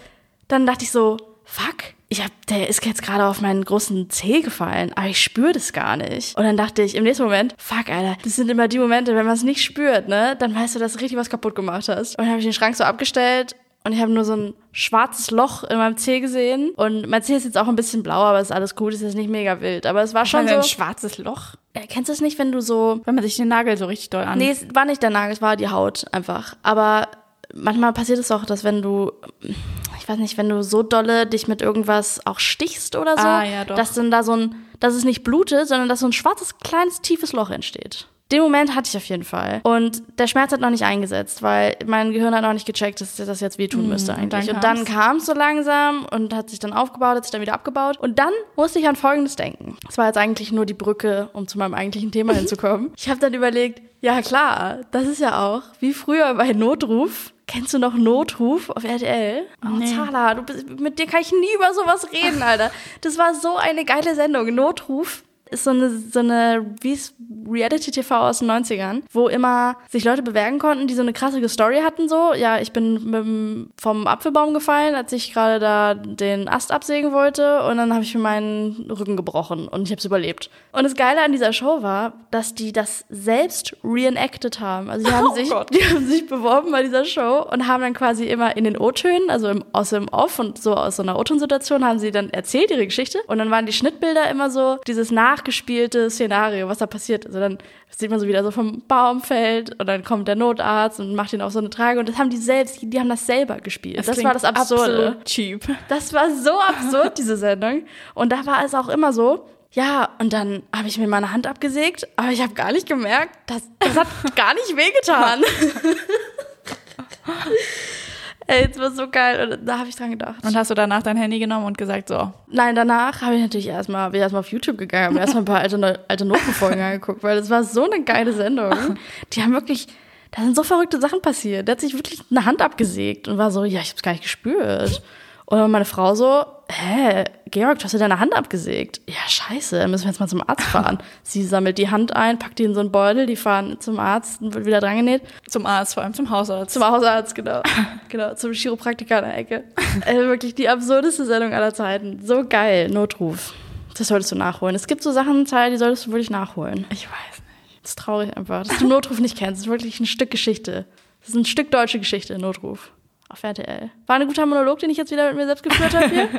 [SPEAKER 1] dann dachte ich so, fuck, ich hab, der ist jetzt gerade auf meinen großen Zeh gefallen, aber ich spüre das gar nicht. Und dann dachte ich im nächsten Moment, fuck, Alter, das sind immer die Momente, wenn man es nicht spürt, ne, dann weißt du, dass du richtig was kaputt gemacht hast. Und dann habe ich den Schrank so abgestellt und ich habe nur so ein schwarzes Loch in meinem Zeh gesehen. Und mein Zeh ist jetzt auch ein bisschen blau, aber ist alles gut, ist jetzt nicht mega wild. Aber es war schon so.
[SPEAKER 2] schwarzes Loch.
[SPEAKER 1] Äh, Kennst du das nicht, wenn du so
[SPEAKER 2] Wenn man sich den Nagel so richtig doll an.
[SPEAKER 1] Nee, es war nicht der Nagel, es war die Haut einfach. Aber manchmal passiert es auch, dass wenn du, ich weiß nicht, wenn du so dolle dich mit irgendwas auch stichst oder so,
[SPEAKER 2] Ah, ja, doch.
[SPEAKER 1] dass dann da so ein, dass es nicht blutet, sondern dass so ein schwarzes, kleines, tiefes Loch entsteht. Den Moment hatte ich auf jeden Fall. Und der Schmerz hat noch nicht eingesetzt, weil mein Gehirn hat noch nicht gecheckt, dass das jetzt wehtun
[SPEAKER 2] Hm.
[SPEAKER 1] müsste eigentlich.
[SPEAKER 2] dann
[SPEAKER 1] Und dann kam es so langsam und hat sich dann aufgebaut, hat sich dann wieder abgebaut. Und dann musste ich an Folgendes denken. Es war jetzt eigentlich nur die Brücke, um zu meinem eigentlichen Thema hinzukommen. Ich habe dann überlegt, ja klar, das ist ja auch wie früher bei Notruf. Kennst du noch Notruf auf RTL? Oh, Zala, du bist, mit dir kann ich nie über sowas reden, Alter. Das war so eine geile Sendung. Notruf ist so eine, so eine wie es Reality TV aus den 90ern, wo immer sich Leute bewerben konnten, die so eine krassige Story hatten, so, ja, ich bin mit dem- vom Apfelbaum gefallen, als ich gerade da den Ast absägen wollte und dann habe ich mir meinen Rücken gebrochen und ich habe es überlebt. Und das Geile an dieser Show war, dass die das selbst reenacted haben. Also die haben,
[SPEAKER 2] [LAUGHS] Oh
[SPEAKER 1] sich, [LAUGHS]
[SPEAKER 2] Gott.
[SPEAKER 1] die haben sich beworben bei dieser Show und haben dann quasi immer in den O-Tönen, also im, aus dem Off und so aus so einer O-Ton-Situation, haben sie dann erzählt ihre Geschichte. Und dann waren die Schnittbilder immer so dieses nachgespielte Szenario, was da passiert. Also dann sieht man so wieder so vom Baum fällt und dann kommt der Notarzt und macht ihn auf so eine Trage. Und das haben die selbst, die haben das selber gespielt. Das, war
[SPEAKER 2] klingt
[SPEAKER 1] das Absurde.
[SPEAKER 2] absolut cheap.
[SPEAKER 1] Das war so absurd, diese Sendung. Und da war es auch immer so. Ja, und dann habe ich mir meine Hand abgesägt, aber ich habe gar nicht gemerkt, dass das hat gar nicht wehgetan. Ey, jetzt war so geil. Und da habe ich dran gedacht.
[SPEAKER 2] Und hast du danach dein Handy genommen und gesagt, so,
[SPEAKER 1] Nein, danach habe ich natürlich erstmal, bin ich erstmal auf YouTube gegangen, habe mir erstmal ein paar alte, Neu- alte Notenfolgen angeguckt, weil das war so eine geile Sendung. Die haben wirklich, da sind so verrückte Sachen passiert. Da hat sich wirklich eine Hand abgesägt und war so, ja, ich hab's gar nicht gespürt. Und meine Frau so, hä, Georg, du hast dir deine Hand abgesägt. Ja, scheiße, müssen wir jetzt mal zum Arzt fahren. Sie sammelt die Hand ein, packt die in so einen Beutel, die fahren zum Arzt und wird wieder drangenäht.
[SPEAKER 2] zum Arzt, vor allem zum Hausarzt.
[SPEAKER 1] Zum Hausarzt, genau. genau, zum Chiropraktiker an der Ecke. Also wirklich die absurdeste Sendung aller Zeiten. So geil, Notruf. Das solltest du nachholen. Es gibt so Sachen, Teil, die solltest du wirklich nachholen.
[SPEAKER 2] ich weiß nicht.
[SPEAKER 1] Das ist traurig einfach, dass du Notruf nicht kennst. Das ist wirklich ein Stück Geschichte. Das ist ein Stück deutsche Geschichte, Notruf. Auf RTL. War ein guter Monolog, den ich jetzt wieder mit mir selbst geführt habe hier.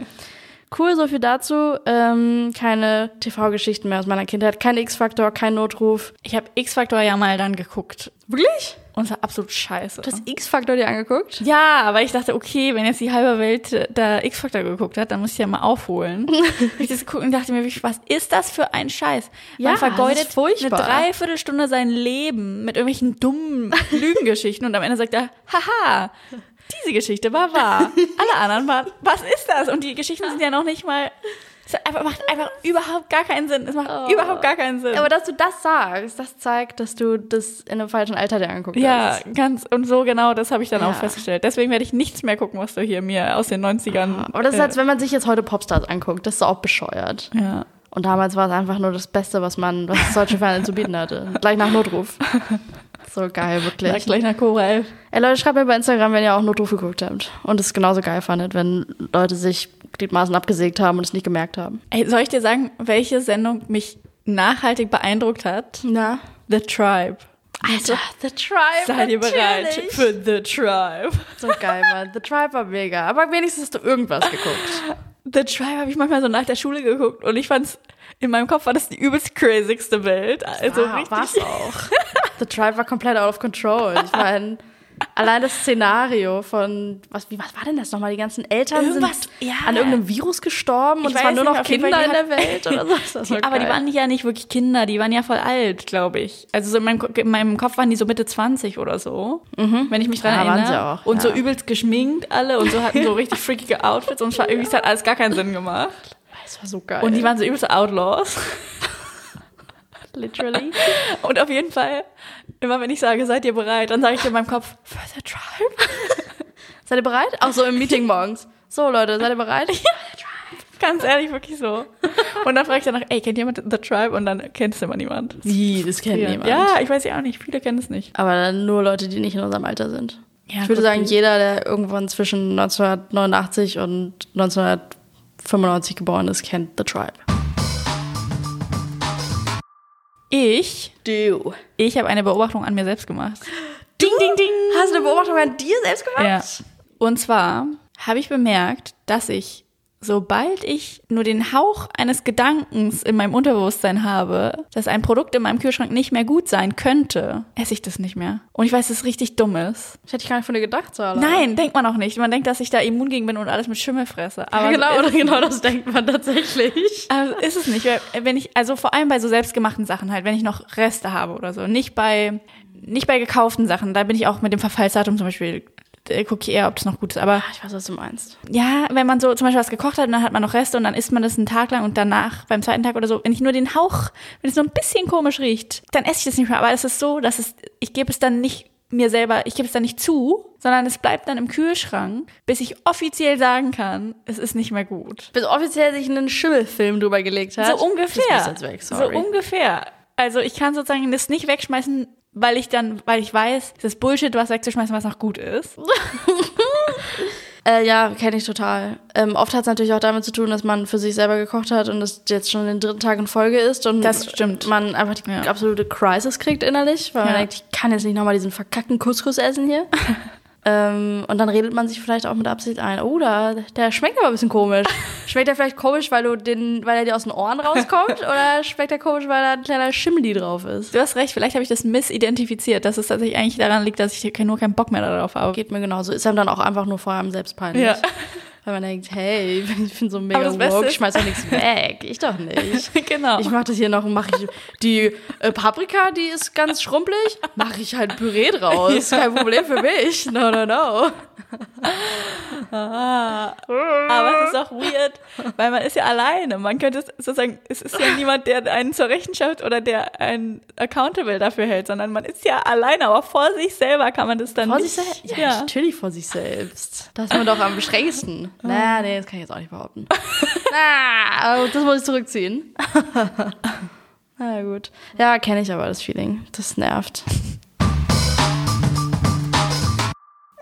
[SPEAKER 1] Cool, so viel dazu. Ähm, keine TV-Geschichten mehr aus meiner Kindheit. Kein X-Faktor, kein Notruf.
[SPEAKER 2] Ich habe X-Factor ja mal dann geguckt.
[SPEAKER 1] Wirklich?
[SPEAKER 2] Und es war absolut scheiße.
[SPEAKER 1] Du hast X-Faktor dir angeguckt?
[SPEAKER 2] ja, aber ich dachte, okay, wenn jetzt die halbe Welt äh, da X-Factor geguckt hat, dann muss ich ja
[SPEAKER 1] [LAUGHS]
[SPEAKER 2] mal aufholen. Hab ich das geguckt und dachte mir wirklich, was ist das für ein Scheiß?
[SPEAKER 1] Ja, das
[SPEAKER 2] Man vergeudet
[SPEAKER 1] ist furchtbar.
[SPEAKER 2] eine Dreiviertelstunde sein Leben mit irgendwelchen dummen Lügengeschichten und am Ende sagt er, haha, diese Geschichte war wahr. Alle anderen waren, was ist das? Und die Geschichten sind ja noch nicht mal, es hat einfach, macht einfach überhaupt gar keinen Sinn. Es macht
[SPEAKER 1] Oh.
[SPEAKER 2] überhaupt gar keinen Sinn.
[SPEAKER 1] Aber dass du das sagst, das zeigt, dass du das in einem falschen Alter dir angeguckt
[SPEAKER 2] Ja,
[SPEAKER 1] hast.
[SPEAKER 2] ganz und so genau, das habe ich dann
[SPEAKER 1] Ja.
[SPEAKER 2] auch festgestellt. Deswegen werde ich nichts mehr gucken, was du hier mir aus den 90ern.
[SPEAKER 1] Oh, Aber das ist,
[SPEAKER 2] äh,
[SPEAKER 1] als wenn man sich jetzt heute Popstars anguckt. Das ist auch bescheuert.
[SPEAKER 2] ja.
[SPEAKER 1] Und damals war es einfach nur das Beste, was man, was das deutsche Fernsehen zu bieten [LAUGHS] hatte. Gleich nach Notruf. So geil,
[SPEAKER 2] Gleich,
[SPEAKER 1] wirklich.
[SPEAKER 2] gleich nach Cobra 11.
[SPEAKER 1] Ey Leute, schreibt mir bei Instagram, wenn ihr auch Notruf geguckt habt. Und es genauso geil fandet, wenn Leute sich Gliedmaßen abgesägt haben und es nicht gemerkt haben.
[SPEAKER 2] Ey, soll ich dir sagen, welche Sendung mich nachhaltig beeindruckt hat?
[SPEAKER 1] Na?
[SPEAKER 2] The Tribe.
[SPEAKER 1] Alter, The Tribe.
[SPEAKER 2] Seid ihr bereit
[SPEAKER 1] natürlich.
[SPEAKER 2] für The Tribe?
[SPEAKER 1] So geil, Mann. The Tribe war mega. Aber wenigstens hast du irgendwas geguckt.
[SPEAKER 2] The Tribe habe ich manchmal so nach der Schule geguckt und ich fand's, in meinem Kopf war das die übelst crazyste Welt. Also
[SPEAKER 1] ah,
[SPEAKER 2] richtig.
[SPEAKER 1] war's auch. The Tribe war komplett out of control. Ich meine, allein das Szenario von, was, wie, was war denn das nochmal? Die ganzen Eltern
[SPEAKER 2] Irgendwas-
[SPEAKER 1] sind
[SPEAKER 2] ja.
[SPEAKER 1] an irgendeinem Virus gestorben und
[SPEAKER 2] Ich
[SPEAKER 1] es waren nur
[SPEAKER 2] weiß nicht,
[SPEAKER 1] noch
[SPEAKER 2] auf jeden
[SPEAKER 1] Kinder
[SPEAKER 2] Fall, die
[SPEAKER 1] in der
[SPEAKER 2] hat-
[SPEAKER 1] Welt oder so. Das war
[SPEAKER 2] Aber [LAUGHS] die
[SPEAKER 1] geil.
[SPEAKER 2] waren ja nicht wirklich Kinder, die waren ja voll alt, glaube ich. Also so in meinem, Ko- in meinem Kopf waren die so Mitte 20 oder so, wenn ich mich dran
[SPEAKER 1] Mhm. Ja, waren
[SPEAKER 2] erinnere.
[SPEAKER 1] sie auch,
[SPEAKER 2] und
[SPEAKER 1] ja.
[SPEAKER 2] so übelst geschminkt alle und
[SPEAKER 1] [LAUGHS]
[SPEAKER 2] so hatten so richtig freakige Outfits und es war irgendwie es hat alles gar keinen Sinn gemacht.
[SPEAKER 1] Das war so geil.
[SPEAKER 2] Und die waren so übelst Outlaws.
[SPEAKER 1] literally.
[SPEAKER 2] Und auf jeden Fall, immer wenn ich sage, seid ihr bereit, dann sage ich in meinem Kopf, for the tribe. [LAUGHS]
[SPEAKER 1] Seid ihr bereit? Auch so im Meeting morgens. So, Leute, seid ihr
[SPEAKER 2] [LAUGHS]
[SPEAKER 1] bereit?
[SPEAKER 2] Ganz ehrlich, wirklich so. Und dann frage ich danach, ey, kennt jemand The Tribe? Und dann kennt es immer niemand.
[SPEAKER 1] Wie? Das kennt niemand.
[SPEAKER 2] Ja, ich weiß ja auch nicht, viele kennen es nicht.
[SPEAKER 1] Aber dann nur Leute, die nicht in unserem Alter sind.
[SPEAKER 2] Ja,
[SPEAKER 1] ich würde
[SPEAKER 2] gut,
[SPEAKER 1] sagen,
[SPEAKER 2] die-
[SPEAKER 1] jeder, der irgendwann zwischen 1989 und 1995 geboren ist, kennt The Tribe.
[SPEAKER 2] Ich
[SPEAKER 1] Du.
[SPEAKER 2] Ich habe eine Beobachtung an mir selbst gemacht. Ding, ding, ding.
[SPEAKER 1] Hast du eine Beobachtung an dir selbst gemacht?
[SPEAKER 2] Ja. Und zwar habe ich bemerkt, dass ich, sobald ich nur den Hauch eines Gedankens in meinem Unterbewusstsein habe, dass ein Produkt in meinem Kühlschrank nicht mehr gut sein könnte, esse ich das nicht mehr. Und ich weiß, dass es richtig dumm ist.
[SPEAKER 1] Das hätte ich gar nicht von dir gedacht, Sarah.
[SPEAKER 2] Nein, denkt man auch nicht. Man denkt, dass ich da immun gegen bin und alles mit Schimmel fresse. Aber
[SPEAKER 1] genau, [LAUGHS]
[SPEAKER 2] so
[SPEAKER 1] oder
[SPEAKER 2] ist,
[SPEAKER 1] genau das denkt man tatsächlich.
[SPEAKER 2] also ist es nicht. Weil, Wenn ich, also vor allem bei so selbstgemachten Sachen halt, wenn ich noch Reste habe oder so. Nicht bei, nicht bei gekauften Sachen. Da bin ich auch mit dem Verfallsdatum zum Beispiel, äh, gucke ich eher, ob das noch gut ist. Aber
[SPEAKER 1] Ich weiß, was du meinst.
[SPEAKER 2] ja, wenn man so zum Beispiel was gekocht hat und dann hat man noch Reste und dann isst man das einen Tag lang und danach beim zweiten Tag oder so, wenn ich nur den Hauch, wenn es nur ein bisschen komisch riecht, dann esse ich das nicht mehr. Aber es ist so, dass es, ich gebe es dann nicht mir selber, ich gebe es dann nicht zu, sondern es bleibt dann im Kühlschrank, bis ich offiziell sagen kann, es ist nicht mehr gut.
[SPEAKER 1] Bis offiziell sich einen Schimmelfilm drüber gelegt hat.
[SPEAKER 2] So ungefähr.
[SPEAKER 1] Das muss jetzt weg, sorry.
[SPEAKER 2] So ungefähr. Also ich kann sozusagen das nicht wegschmeißen, weil ich dann, weil ich weiß, es ist Bullshit, was wegzuschmeißen, was noch gut ist.
[SPEAKER 1] Äh, ja, kenne ich total. Ähm, oft hat es natürlich auch damit zu tun, dass man für sich selber gekocht hat und das jetzt schon den dritten Tag in Folge ist und
[SPEAKER 2] Das stimmt.
[SPEAKER 1] man einfach die
[SPEAKER 2] Ja.
[SPEAKER 1] absolute Crisis kriegt innerlich, weil man
[SPEAKER 2] Ja.
[SPEAKER 1] denkt, ich kann jetzt nicht nochmal diesen verkackten Couscous essen
[SPEAKER 2] [LAUGHS]
[SPEAKER 1] hier. ähm, und dann redet man sich vielleicht auch mit Absicht ein, oh, da, der schmeckt aber ein bisschen komisch. Schmeckt der vielleicht komisch, weil du den, weil er dir aus den Ohren
[SPEAKER 2] [LAUGHS]
[SPEAKER 1] rauskommt oder schmeckt der komisch, weil da ein kleiner Schimmel drauf ist?
[SPEAKER 2] Du hast recht, vielleicht habe ich das missidentifiziert, dass es tatsächlich eigentlich daran liegt, dass ich nur keinen Bock mehr darauf habe.
[SPEAKER 1] Geht mir genauso. Ist einem dann auch einfach nur vor allem selbst peinlich.
[SPEAKER 2] Ja.
[SPEAKER 1] Weil man denkt, hey, ich bin so mega
[SPEAKER 2] Aber das Beste
[SPEAKER 1] woke, ich
[SPEAKER 2] ist-
[SPEAKER 1] schmeiß doch nichts weg. Ich doch nicht. [LAUGHS]
[SPEAKER 2] genau.
[SPEAKER 1] Ich mache das hier noch, mache ich die äh, Paprika, die ist ganz schrumpelig, mache ich halt Püree draus. Kein Problem für mich. No, no, no.
[SPEAKER 2] Aber es ist auch weird, weil man ist ja alleine. Man könnte es sozusagen, es ist ja niemand, der einen zur Rechenschaft oder der einen accountable dafür hält, sondern man ist ja alleine, aber vor sich selber kann man das dann
[SPEAKER 1] Vor sich
[SPEAKER 2] nicht.
[SPEAKER 1] selbst? Ja,
[SPEAKER 2] Ja.
[SPEAKER 1] natürlich vor sich selbst. Ah. Das ist man doch am beschränksten. Na, nee, das kann ich jetzt auch nicht behaupten. [LAUGHS] Na, aber das muss ich [LAUGHS] zurückziehen. Na gut. Ja, kenne ich aber das Feeling. Das nervt.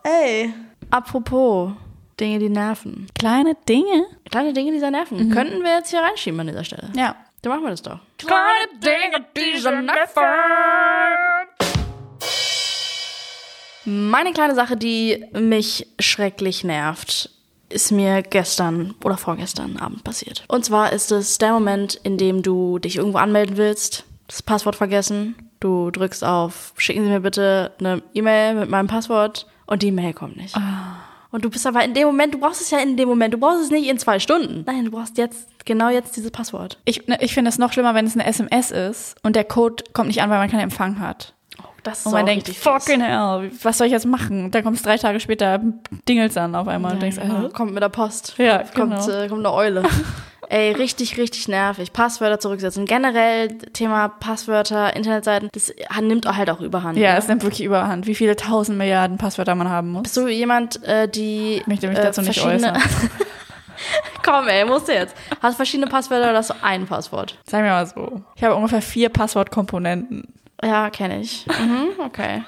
[SPEAKER 1] Ey. Apropos Dinge, die nerven.
[SPEAKER 2] Kleine Dinge.
[SPEAKER 1] Kleine Dinge, die sehr nerven. Könnten wir jetzt hier reinschieben an dieser Stelle.
[SPEAKER 2] Ja.
[SPEAKER 1] Dann machen wir das doch.
[SPEAKER 2] Kleine Dinge, die so nerven.
[SPEAKER 1] Meine kleine Sache, die mich schrecklich nervt, ist mir gestern oder vorgestern Abend passiert. Und zwar ist es der Moment, in dem du dich irgendwo anmelden willst, das Passwort vergessen, du drückst auf Schicken Sie mir bitte eine E-Mail mit meinem Passwort und die E-Mail kommt nicht. Und du bist aber in dem Moment, du brauchst es ja in dem Moment, du brauchst es nicht in zwei Stunden. Nein, du brauchst jetzt, genau jetzt dieses Passwort.
[SPEAKER 2] Ich, ne, ich finde es noch schlimmer, wenn es eine SMS ist und der Code kommt nicht an, weil man keinen Empfang hat.
[SPEAKER 1] das ist
[SPEAKER 2] Und man denkt, fucking hell, was soll ich jetzt machen? Und Dann kommst drei Tage später, dingelt's an auf einmal und denkst, äh,
[SPEAKER 1] kommt mit der Post.
[SPEAKER 2] Ja,
[SPEAKER 1] kommt,
[SPEAKER 2] genau.
[SPEAKER 1] äh, kommt eine
[SPEAKER 2] [LAUGHS]
[SPEAKER 1] Eule. Ey, richtig, richtig nervig. Passwörter zurücksetzen. Generell Thema Passwörter, Internetseiten, das nimmt auch halt auch überhand.
[SPEAKER 2] ja,
[SPEAKER 1] ne?
[SPEAKER 2] es nimmt wirklich überhand, wie viele tausend Milliarden Passwörter man haben muss.
[SPEAKER 1] Bist du jemand, äh, die.
[SPEAKER 2] Ich möchte mich
[SPEAKER 1] äh,
[SPEAKER 2] dazu nicht
[SPEAKER 1] verschiedene-
[SPEAKER 2] äußern.
[SPEAKER 1] [LAUGHS] Komm, ey, musst du jetzt. Hast verschiedene Passwörter oder hast du ein Passwort?
[SPEAKER 2] Sagen wir mal so. Ich habe ungefähr vier Passwortkomponenten.
[SPEAKER 1] Ja, kenne ich. Mhm, okay.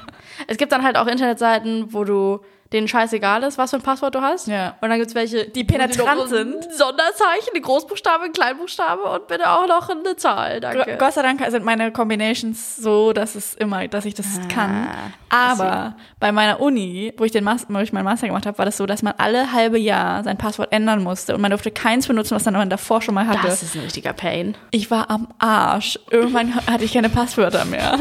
[SPEAKER 1] Es gibt dann halt auch Internetseiten, wo du denen scheißegal ist, was für ein Passwort du hast.
[SPEAKER 2] Ja.
[SPEAKER 1] Und dann gibt's welche, die
[SPEAKER 2] penetrant
[SPEAKER 1] noch so ein
[SPEAKER 2] sind.
[SPEAKER 1] Sonderzeichen, eine Großbuchstabe, eine Kleinbuchstabe und bitte auch noch eine Zahl. Danke.
[SPEAKER 2] Gr- Gott sei Dank sind meine Combinations so, dass es immer, dass ich
[SPEAKER 1] Ah,
[SPEAKER 2] das kann. Aber bei meiner Uni, wo ich den Master, wo ich meinen Master gemacht habe, war das so, dass man alle halbe Jahr sein Passwort ändern musste und man durfte keins benutzen, was dann man davor schon mal hatte.
[SPEAKER 1] Das ist ein richtiger Pain.
[SPEAKER 2] Ich war am Arsch. Irgendwann [LAUGHS] hatte ich keine Passwörter mehr.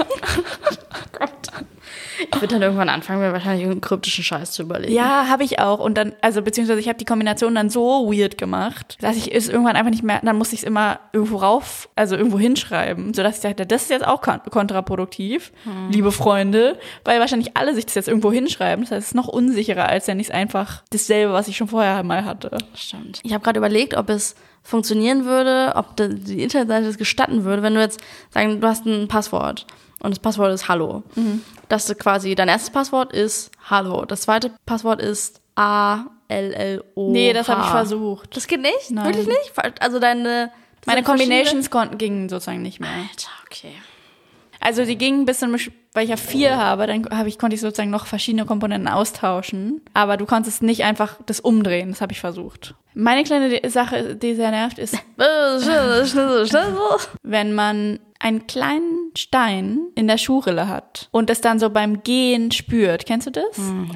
[SPEAKER 1] Ich würde dann irgendwann anfangen, mir wahrscheinlich irgendeinen kryptischen Scheiß zu überlegen.
[SPEAKER 2] Ja, habe ich auch. Und dann, also beziehungsweise ich habe die Kombination dann so weird gemacht, dass ich es irgendwann einfach nicht mehr, dann musste ich es immer irgendwo rauf, also irgendwo hinschreiben, sodass ich dachte, das ist jetzt auch kon- kontraproduktiv, liebe Freunde, weil wahrscheinlich alle sich das jetzt irgendwo hinschreiben. Das heißt, es ist noch unsicherer, als wenn ich es einfach dasselbe, was ich schon vorher mal hatte.
[SPEAKER 1] Stimmt. Ich habe gerade überlegt, ob es funktionieren würde, ob de- die Internetseite es gestatten würde, wenn du jetzt sagen, du hast ein Passwort und das Passwort ist Hallo.
[SPEAKER 2] Mhm.
[SPEAKER 1] Dass du quasi dein erstes Passwort ist Hallo, das zweite Passwort ist A L L O.
[SPEAKER 2] Nee, das habe ich
[SPEAKER 1] H.
[SPEAKER 2] versucht.
[SPEAKER 1] Das geht nicht?
[SPEAKER 2] Nein.
[SPEAKER 1] Wirklich nicht? Ver- Also deine das
[SPEAKER 2] Meine
[SPEAKER 1] sind verschiedene-
[SPEAKER 2] Combinations konnten, gingen sozusagen nicht mehr.
[SPEAKER 1] Alter, okay. [LAUGHS]
[SPEAKER 2] Also die gingen ein bisschen, misch- weil ich ja vier habe, dann habe ich, konnte ich sozusagen noch verschiedene Komponenten austauschen. Aber du konntest nicht einfach das umdrehen, das habe ich versucht. Meine kleine De- Sache, die sehr nervt,
[SPEAKER 1] [LAUGHS]
[SPEAKER 2] ist, wenn man einen kleinen Stein in der Schuhrille hat und es dann so beim Gehen spürt. Kennst du das?
[SPEAKER 1] Hm,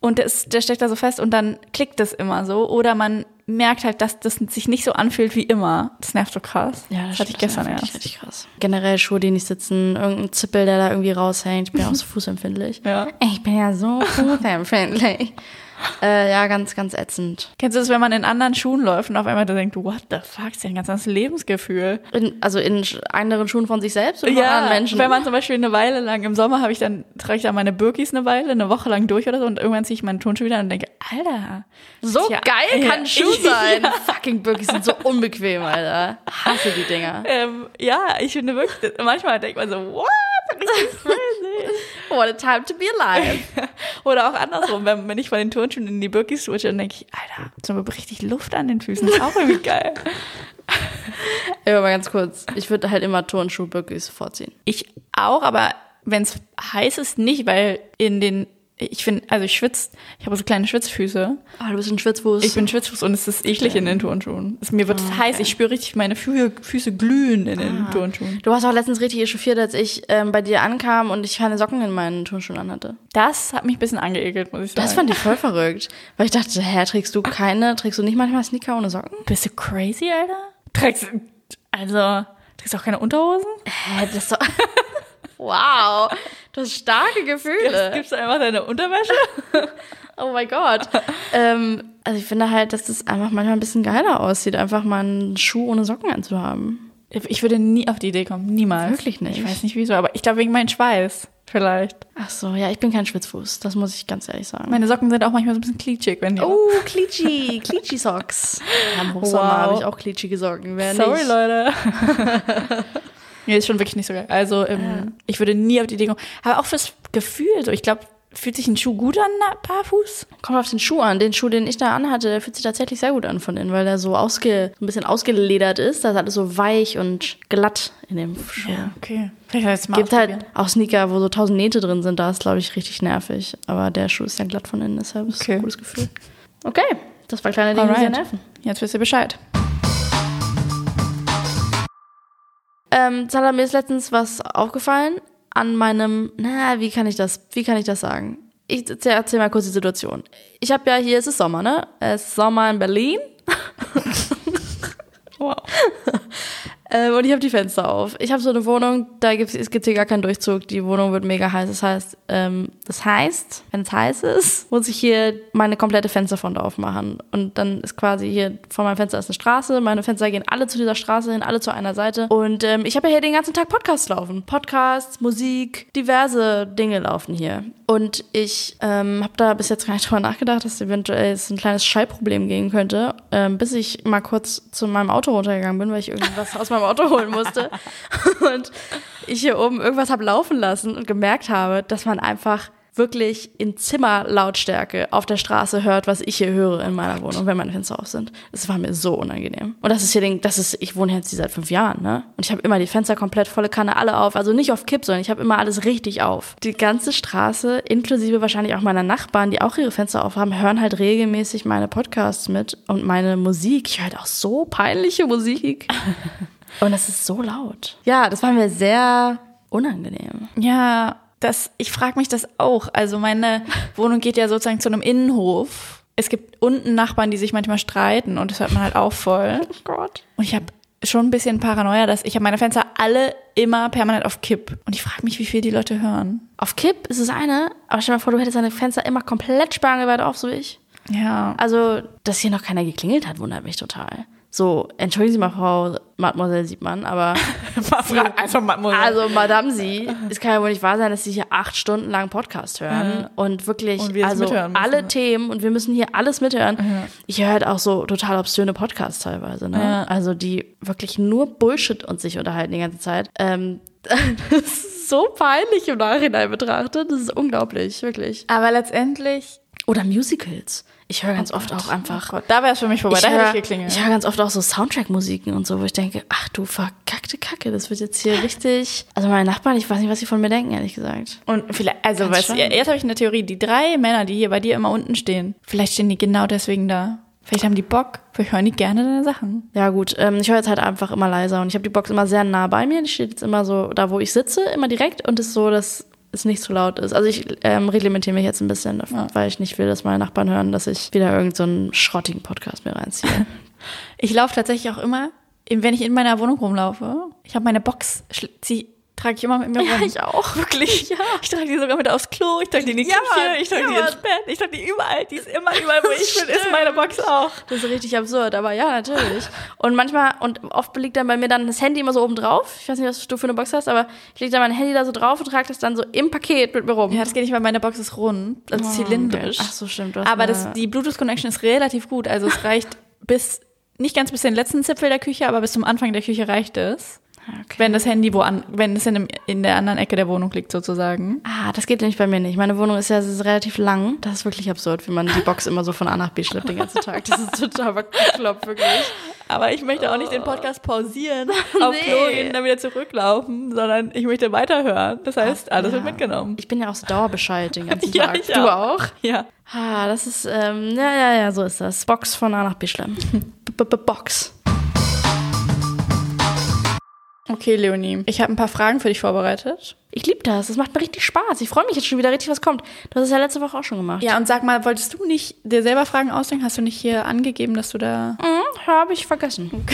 [SPEAKER 2] Und das, der steckt da so fest und dann klickt das immer so. Oder man merkt halt, dass das sich nicht so anfühlt wie immer. Das nervt so krass. hatte ich
[SPEAKER 1] stimmt, das
[SPEAKER 2] gestern
[SPEAKER 1] war wirklich
[SPEAKER 2] erst.
[SPEAKER 1] Richtig krass. Generell Schuhe, die nicht sitzen, irgendein Zippel, der da irgendwie raushängt. Ich bin ja auch so [LAUGHS] fußempfindlich.
[SPEAKER 2] Ja.
[SPEAKER 1] Ich bin ja [LAUGHS] so fußempfindlich. äh, ja, ganz, ganz ätzend.
[SPEAKER 2] Kennst du das, wenn man in anderen Schuhen läuft und auf einmal da denkt, what the fuck, ist ja ein ganz anderes Lebensgefühl.
[SPEAKER 1] In, also in sch- anderen Schuhen von sich selbst oder von anderen Menschen?
[SPEAKER 2] wenn man zum Beispiel eine Weile lang, im Sommer habe ich dann, trage ich dann meine Birkis eine Weile, eine Woche lang durch oder so und irgendwann ziehe ich meine Turnschuhe wieder an und denke, Alter.
[SPEAKER 1] so
[SPEAKER 2] Tja,
[SPEAKER 1] geil
[SPEAKER 2] ja,
[SPEAKER 1] kann ein [LAUGHS] Schuh
[SPEAKER 2] [LAUGHS] ja.
[SPEAKER 1] sein. Fucking Birkis sind so unbequem, Alter. Hasse die Dinger.
[SPEAKER 2] Ähm, ja, ich finde wirklich, manchmal denkt man so, what? Richtig crazy.
[SPEAKER 1] What a time to be alive. [LAUGHS]
[SPEAKER 2] Oder auch andersrum, wenn, wenn ich von den Turnschuhen in die Birkis switche, dann denke ich, Alter, zum Beispiel richtig Luft an den Füßen, ist auch irgendwie geil.
[SPEAKER 1] Ey, aber ganz kurz. Ich würde halt immer Turnschuh Birkis vorziehen.
[SPEAKER 2] Ich auch, aber wenn es heiß ist, nicht, weil in den, ich finde, also ich schwitze, ich habe so kleine Schwitzfüße.
[SPEAKER 1] Ah, du bist ein Schwitzwurst.
[SPEAKER 2] Ich bin Schwitzfuß und es ist eklig in den Turnschuhen. Es, mir wird es heiß, ich spüre richtig, meine Fü Füße glühen in den Turnschuhen.
[SPEAKER 1] Du warst auch letztens richtig echauffiert, als ich ähm, bei dir ankam und ich keine Socken in meinen Turnschuhen anhatte.
[SPEAKER 2] Das hat mich ein bisschen angeekelt, muss ich sagen.
[SPEAKER 1] Das fand ich voll verrückt. Weil ich dachte, hä, trägst du keine, trägst du nicht manchmal Sneaker ohne Socken?
[SPEAKER 2] Bist du crazy, Alter? Trägst, also, trägst du auch keine Unterhosen? [LAUGHS]
[SPEAKER 1] Hä, das ist doch... [LAUGHS] wow, du hast starke
[SPEAKER 2] Gibst,
[SPEAKER 1] Gefühle.
[SPEAKER 2] gibst du einfach deine Unterwäsche?
[SPEAKER 1] Oh mein Gott. ähm, also ich finde halt, dass das einfach manchmal ein bisschen geiler aussieht, einfach mal einen Schuh ohne Socken anzuhaben.
[SPEAKER 2] Ich würde nie auf die Idee kommen. Niemals.
[SPEAKER 1] Wirklich nicht.
[SPEAKER 2] Ich weiß nicht wieso, aber ich glaube wegen meinem Schweiß. Vielleicht.
[SPEAKER 1] Ach so, ja, ich bin kein Schwitzfuß. Das muss ich ganz ehrlich sagen.
[SPEAKER 2] Meine Socken sind auch manchmal so ein bisschen klitschig, wenn die.
[SPEAKER 1] Oh, klitschi, klitschi Socks. Ja, Im Hochsommer
[SPEAKER 2] Wow.
[SPEAKER 1] habe ich auch klitschige Socken. Wer
[SPEAKER 2] Sorry,
[SPEAKER 1] nicht?
[SPEAKER 2] Leute. [LAUGHS] nee, ist schon wirklich nicht so geil. Also, ähm, ich würde nie auf die Idee kommen. Aber auch fürs Gefühl, so, ich glaube, fühlt sich ein Schuh gut an, na, barfuß?
[SPEAKER 1] Kommt auf den Schuh an. Den Schuh, den ich da anhatte, der fühlt sich tatsächlich sehr gut an von innen, weil der so ausge, so ein bisschen ausgeledert ist. Da ist alles so weich und glatt in dem Schuh.
[SPEAKER 2] okay. Vielleicht soll ich das mal
[SPEAKER 1] Gibt halt
[SPEAKER 2] ausprobieren.
[SPEAKER 1] auch Sneaker, wo so tausend Nähte drin sind. Da ist, glaube ich, richtig nervig. Aber der Schuh ist ja glatt von innen, deshalb ist
[SPEAKER 2] Okay.
[SPEAKER 1] ein gutes Gefühl. Okay, das war kleine Dinge, die sehr
[SPEAKER 2] Alright.
[SPEAKER 1] nerven.
[SPEAKER 2] Jetzt wisst ihr Bescheid.
[SPEAKER 1] Ähm, Zala, mir ist letztens was aufgefallen an meinem, na, wie kann ich das, wie kann ich das sagen? Ich erzähl, erzähl mal kurz die Situation. Ich habe ja hier, es ist Sommer, ne? Es ist Sommer in Berlin.
[SPEAKER 2] Wow.
[SPEAKER 1] [LAUGHS] Ähm, und ich habe die Fenster auf. Ich habe so eine Wohnung, da gibt's, es gibt hier gar keinen Durchzug. Die Wohnung wird mega heiß. Das heißt, ähm, das heißt, wenn es heiß ist, muss ich hier meine komplette Fensterfront aufmachen. Und dann ist quasi hier vor meinem Fenster ist eine Straße. Meine Fenster gehen alle zu dieser Straße hin, alle zu einer Seite. Und ähm, ich habe ja hier den ganzen Tag Podcasts laufen. Podcasts, Musik, diverse Dinge laufen hier. Und ich ähm, habe da bis jetzt gar nicht [LAUGHS] drüber nachgedacht, dass eventuell es ein kleines Schallproblem geben könnte, ähm, bis ich mal kurz zu meinem Auto runtergegangen bin, weil ich irgendwas aus meinem Auto holen musste. Und ich hier oben irgendwas habe laufen lassen und gemerkt habe, dass man einfach wirklich in Zimmerlautstärke auf der Straße hört, was ich hier höre in meiner Wohnung, wenn meine Fenster auf sind. Das war mir so unangenehm. Und das ist hier, den- das ist, ich wohne jetzt hier seit fünf Jahren, ne? Und ich habe immer die Fenster komplett volle Kanne alle auf, also nicht auf Kipp, sondern ich habe immer alles richtig auf. Die ganze Straße, inklusive wahrscheinlich auch meiner Nachbarn, die auch ihre Fenster aufhaben, hören halt regelmäßig meine Podcasts mit und meine Musik. Ich höre halt auch so peinliche Musik. Und es ist so laut. Oh Ja, das war mir sehr unangenehm.
[SPEAKER 2] Ja, das, ich frage mich das auch. Also [LAUGHS] meine Wohnung geht ja sozusagen zu einem Innenhof. Es gibt unten Nachbarn, die sich manchmal streiten und das hört man halt auch voll.
[SPEAKER 1] Oh Gott.
[SPEAKER 2] Und ich habe schon ein bisschen Paranoia, dass ich habe meine Fenster alle immer permanent auf Kipp. Und ich frage mich, wie viel die Leute hören.
[SPEAKER 1] Auf Kipp ist es eine, aber stell dir mal vor, du hättest deine Fenster immer komplett sperrangelweit auf, so wie ich.
[SPEAKER 2] Ja.
[SPEAKER 1] Also, dass hier noch keiner geklingelt hat, wundert mich total. So, entschuldigen Sie mal, Frau Mademoiselle Siebmann, [LAUGHS] aber
[SPEAKER 2] Mal fragen, einfach mal
[SPEAKER 1] also Madame Sie, es kann ja wohl nicht wahr sein, dass Sie hier acht Stunden lang Podcast hören und wirklich
[SPEAKER 2] Und wir das
[SPEAKER 1] also
[SPEAKER 2] mithören müssen,
[SPEAKER 1] alle
[SPEAKER 2] ne?
[SPEAKER 1] Themen und wir müssen hier alles mithören. Ich höre halt auch so total obszöne Podcasts teilweise, ne?
[SPEAKER 2] Ja.
[SPEAKER 1] Also die wirklich nur Bullshit und sich unterhalten die ganze Zeit. Ähm, [LAUGHS] das ist so peinlich im Nachhinein betrachtet. Das ist unglaublich, wirklich.
[SPEAKER 2] Aber letztendlich.
[SPEAKER 1] Oder Musicals. Ich höre ganz oft auch einfach
[SPEAKER 2] Gott, da wäre es für mich vorbei. da
[SPEAKER 1] höre-
[SPEAKER 2] hätte ich geklingelt.
[SPEAKER 1] ich höre ganz oft auch so Soundtrack-Musiken und so, wo ich denke, ach du verkackte Kacke, das wird jetzt hier
[SPEAKER 2] [LAUGHS]
[SPEAKER 1] richtig. Also meine Nachbarn, ich weiß nicht, was sie von mir denken, ehrlich gesagt.
[SPEAKER 2] Und vielleicht, also
[SPEAKER 1] Ganz
[SPEAKER 2] weißt du,
[SPEAKER 1] spannend.
[SPEAKER 2] jetzt habe ich eine Theorie. Die drei Männer, die hier bei dir immer unten stehen, vielleicht stehen die genau deswegen da. Vielleicht haben die Bock, vielleicht hören die gerne deine Sachen.
[SPEAKER 1] Ja gut, ähm, ich höre jetzt halt einfach immer leiser und ich habe die Box immer sehr nah bei mir. Die steht jetzt immer so da, wo ich sitze, immer direkt und ist so, dass es nicht zu laut ist. Also ich ähm, reglementiere mich jetzt ein bisschen, davon, weil ich nicht will, dass meine Nachbarn hören, dass ich wieder irgendeinen so einen schrottigen Podcast mir reinziehe.
[SPEAKER 2] Ich laufe tatsächlich auch immer, wenn ich in meiner Wohnung rumlaufe, ich habe meine Box, schl- sie trage [LAUGHS] ich immer mit mir rum.
[SPEAKER 1] auch, wirklich. Ja.
[SPEAKER 2] Ich trage die sogar mit aufs Klo, ich trage die in die
[SPEAKER 1] Ja, Mann,
[SPEAKER 2] Küche, ich trage
[SPEAKER 1] ja,
[SPEAKER 2] die ins
[SPEAKER 1] Mann.
[SPEAKER 2] Bett, ich trage die überall, die ist immer überall, wo
[SPEAKER 1] Das
[SPEAKER 2] ich bin, ist
[SPEAKER 1] stimmt.
[SPEAKER 2] meine Box auch.
[SPEAKER 1] Das ist richtig absurd, aber ja, natürlich. Und manchmal, und oft liegt dann bei mir dann das Handy immer so oben drauf. Ich weiß nicht, was du für eine Box hast, aber ich lege dann mein Handy da so drauf und trage das dann so im Paket mit mir rum. Oh,
[SPEAKER 2] Ja, das geht nicht, weil meine Box ist rund, also zylindrisch.
[SPEAKER 1] Ach so, stimmt. du hast
[SPEAKER 2] Aber
[SPEAKER 1] eine- Ah,
[SPEAKER 2] das, die Bluetooth-Connection ist relativ gut. Also es [LAUGHS] reicht bis, nicht ganz bis den letzten Zipfel der Küche, aber bis zum Anfang der Küche reicht es.
[SPEAKER 1] okay.
[SPEAKER 2] Wenn das Handy wo an, wenn es in, dem, in der anderen Ecke der Wohnung liegt sozusagen.
[SPEAKER 1] Ah, das geht nämlich bei mir nicht. Meine Wohnung ist ja es ist relativ lang. Das ist wirklich absurd, wie man die Box immer so von A nach B schleppt den ganzen Tag. Das ist total bekloppt, wirklich.
[SPEAKER 2] Aber ich möchte auch nicht den Podcast [LAUGHS] pausieren, auf
[SPEAKER 1] Nee.
[SPEAKER 2] Klo gehen, dann wieder zurücklaufen, sondern ich möchte weiterhören. Das heißt, alles wird mitgenommen.
[SPEAKER 1] Ich bin ja auch so dauerbeschallt den ganzen
[SPEAKER 2] [LAUGHS] Ja,
[SPEAKER 1] Tag.
[SPEAKER 2] ich
[SPEAKER 1] du auch?
[SPEAKER 2] [LAUGHS] Ja.
[SPEAKER 1] Ah, das ist, ähm, ja, ja, ja, so ist das. Box von A nach B schleppen. B- B- Box.
[SPEAKER 2] Okay, Leonie. Ich habe ein paar Fragen für dich vorbereitet.
[SPEAKER 1] Ich liebe das. Das macht mir richtig Spaß. Ich freue mich jetzt schon wieder richtig, was kommt. Du hast es ja letzte Woche auch schon gemacht.
[SPEAKER 2] Ja, und sag mal, wolltest du nicht dir selber Fragen ausdenken? Hast du nicht hier angegeben, dass du da.
[SPEAKER 1] Hm, habe ich vergessen. [LAUGHS]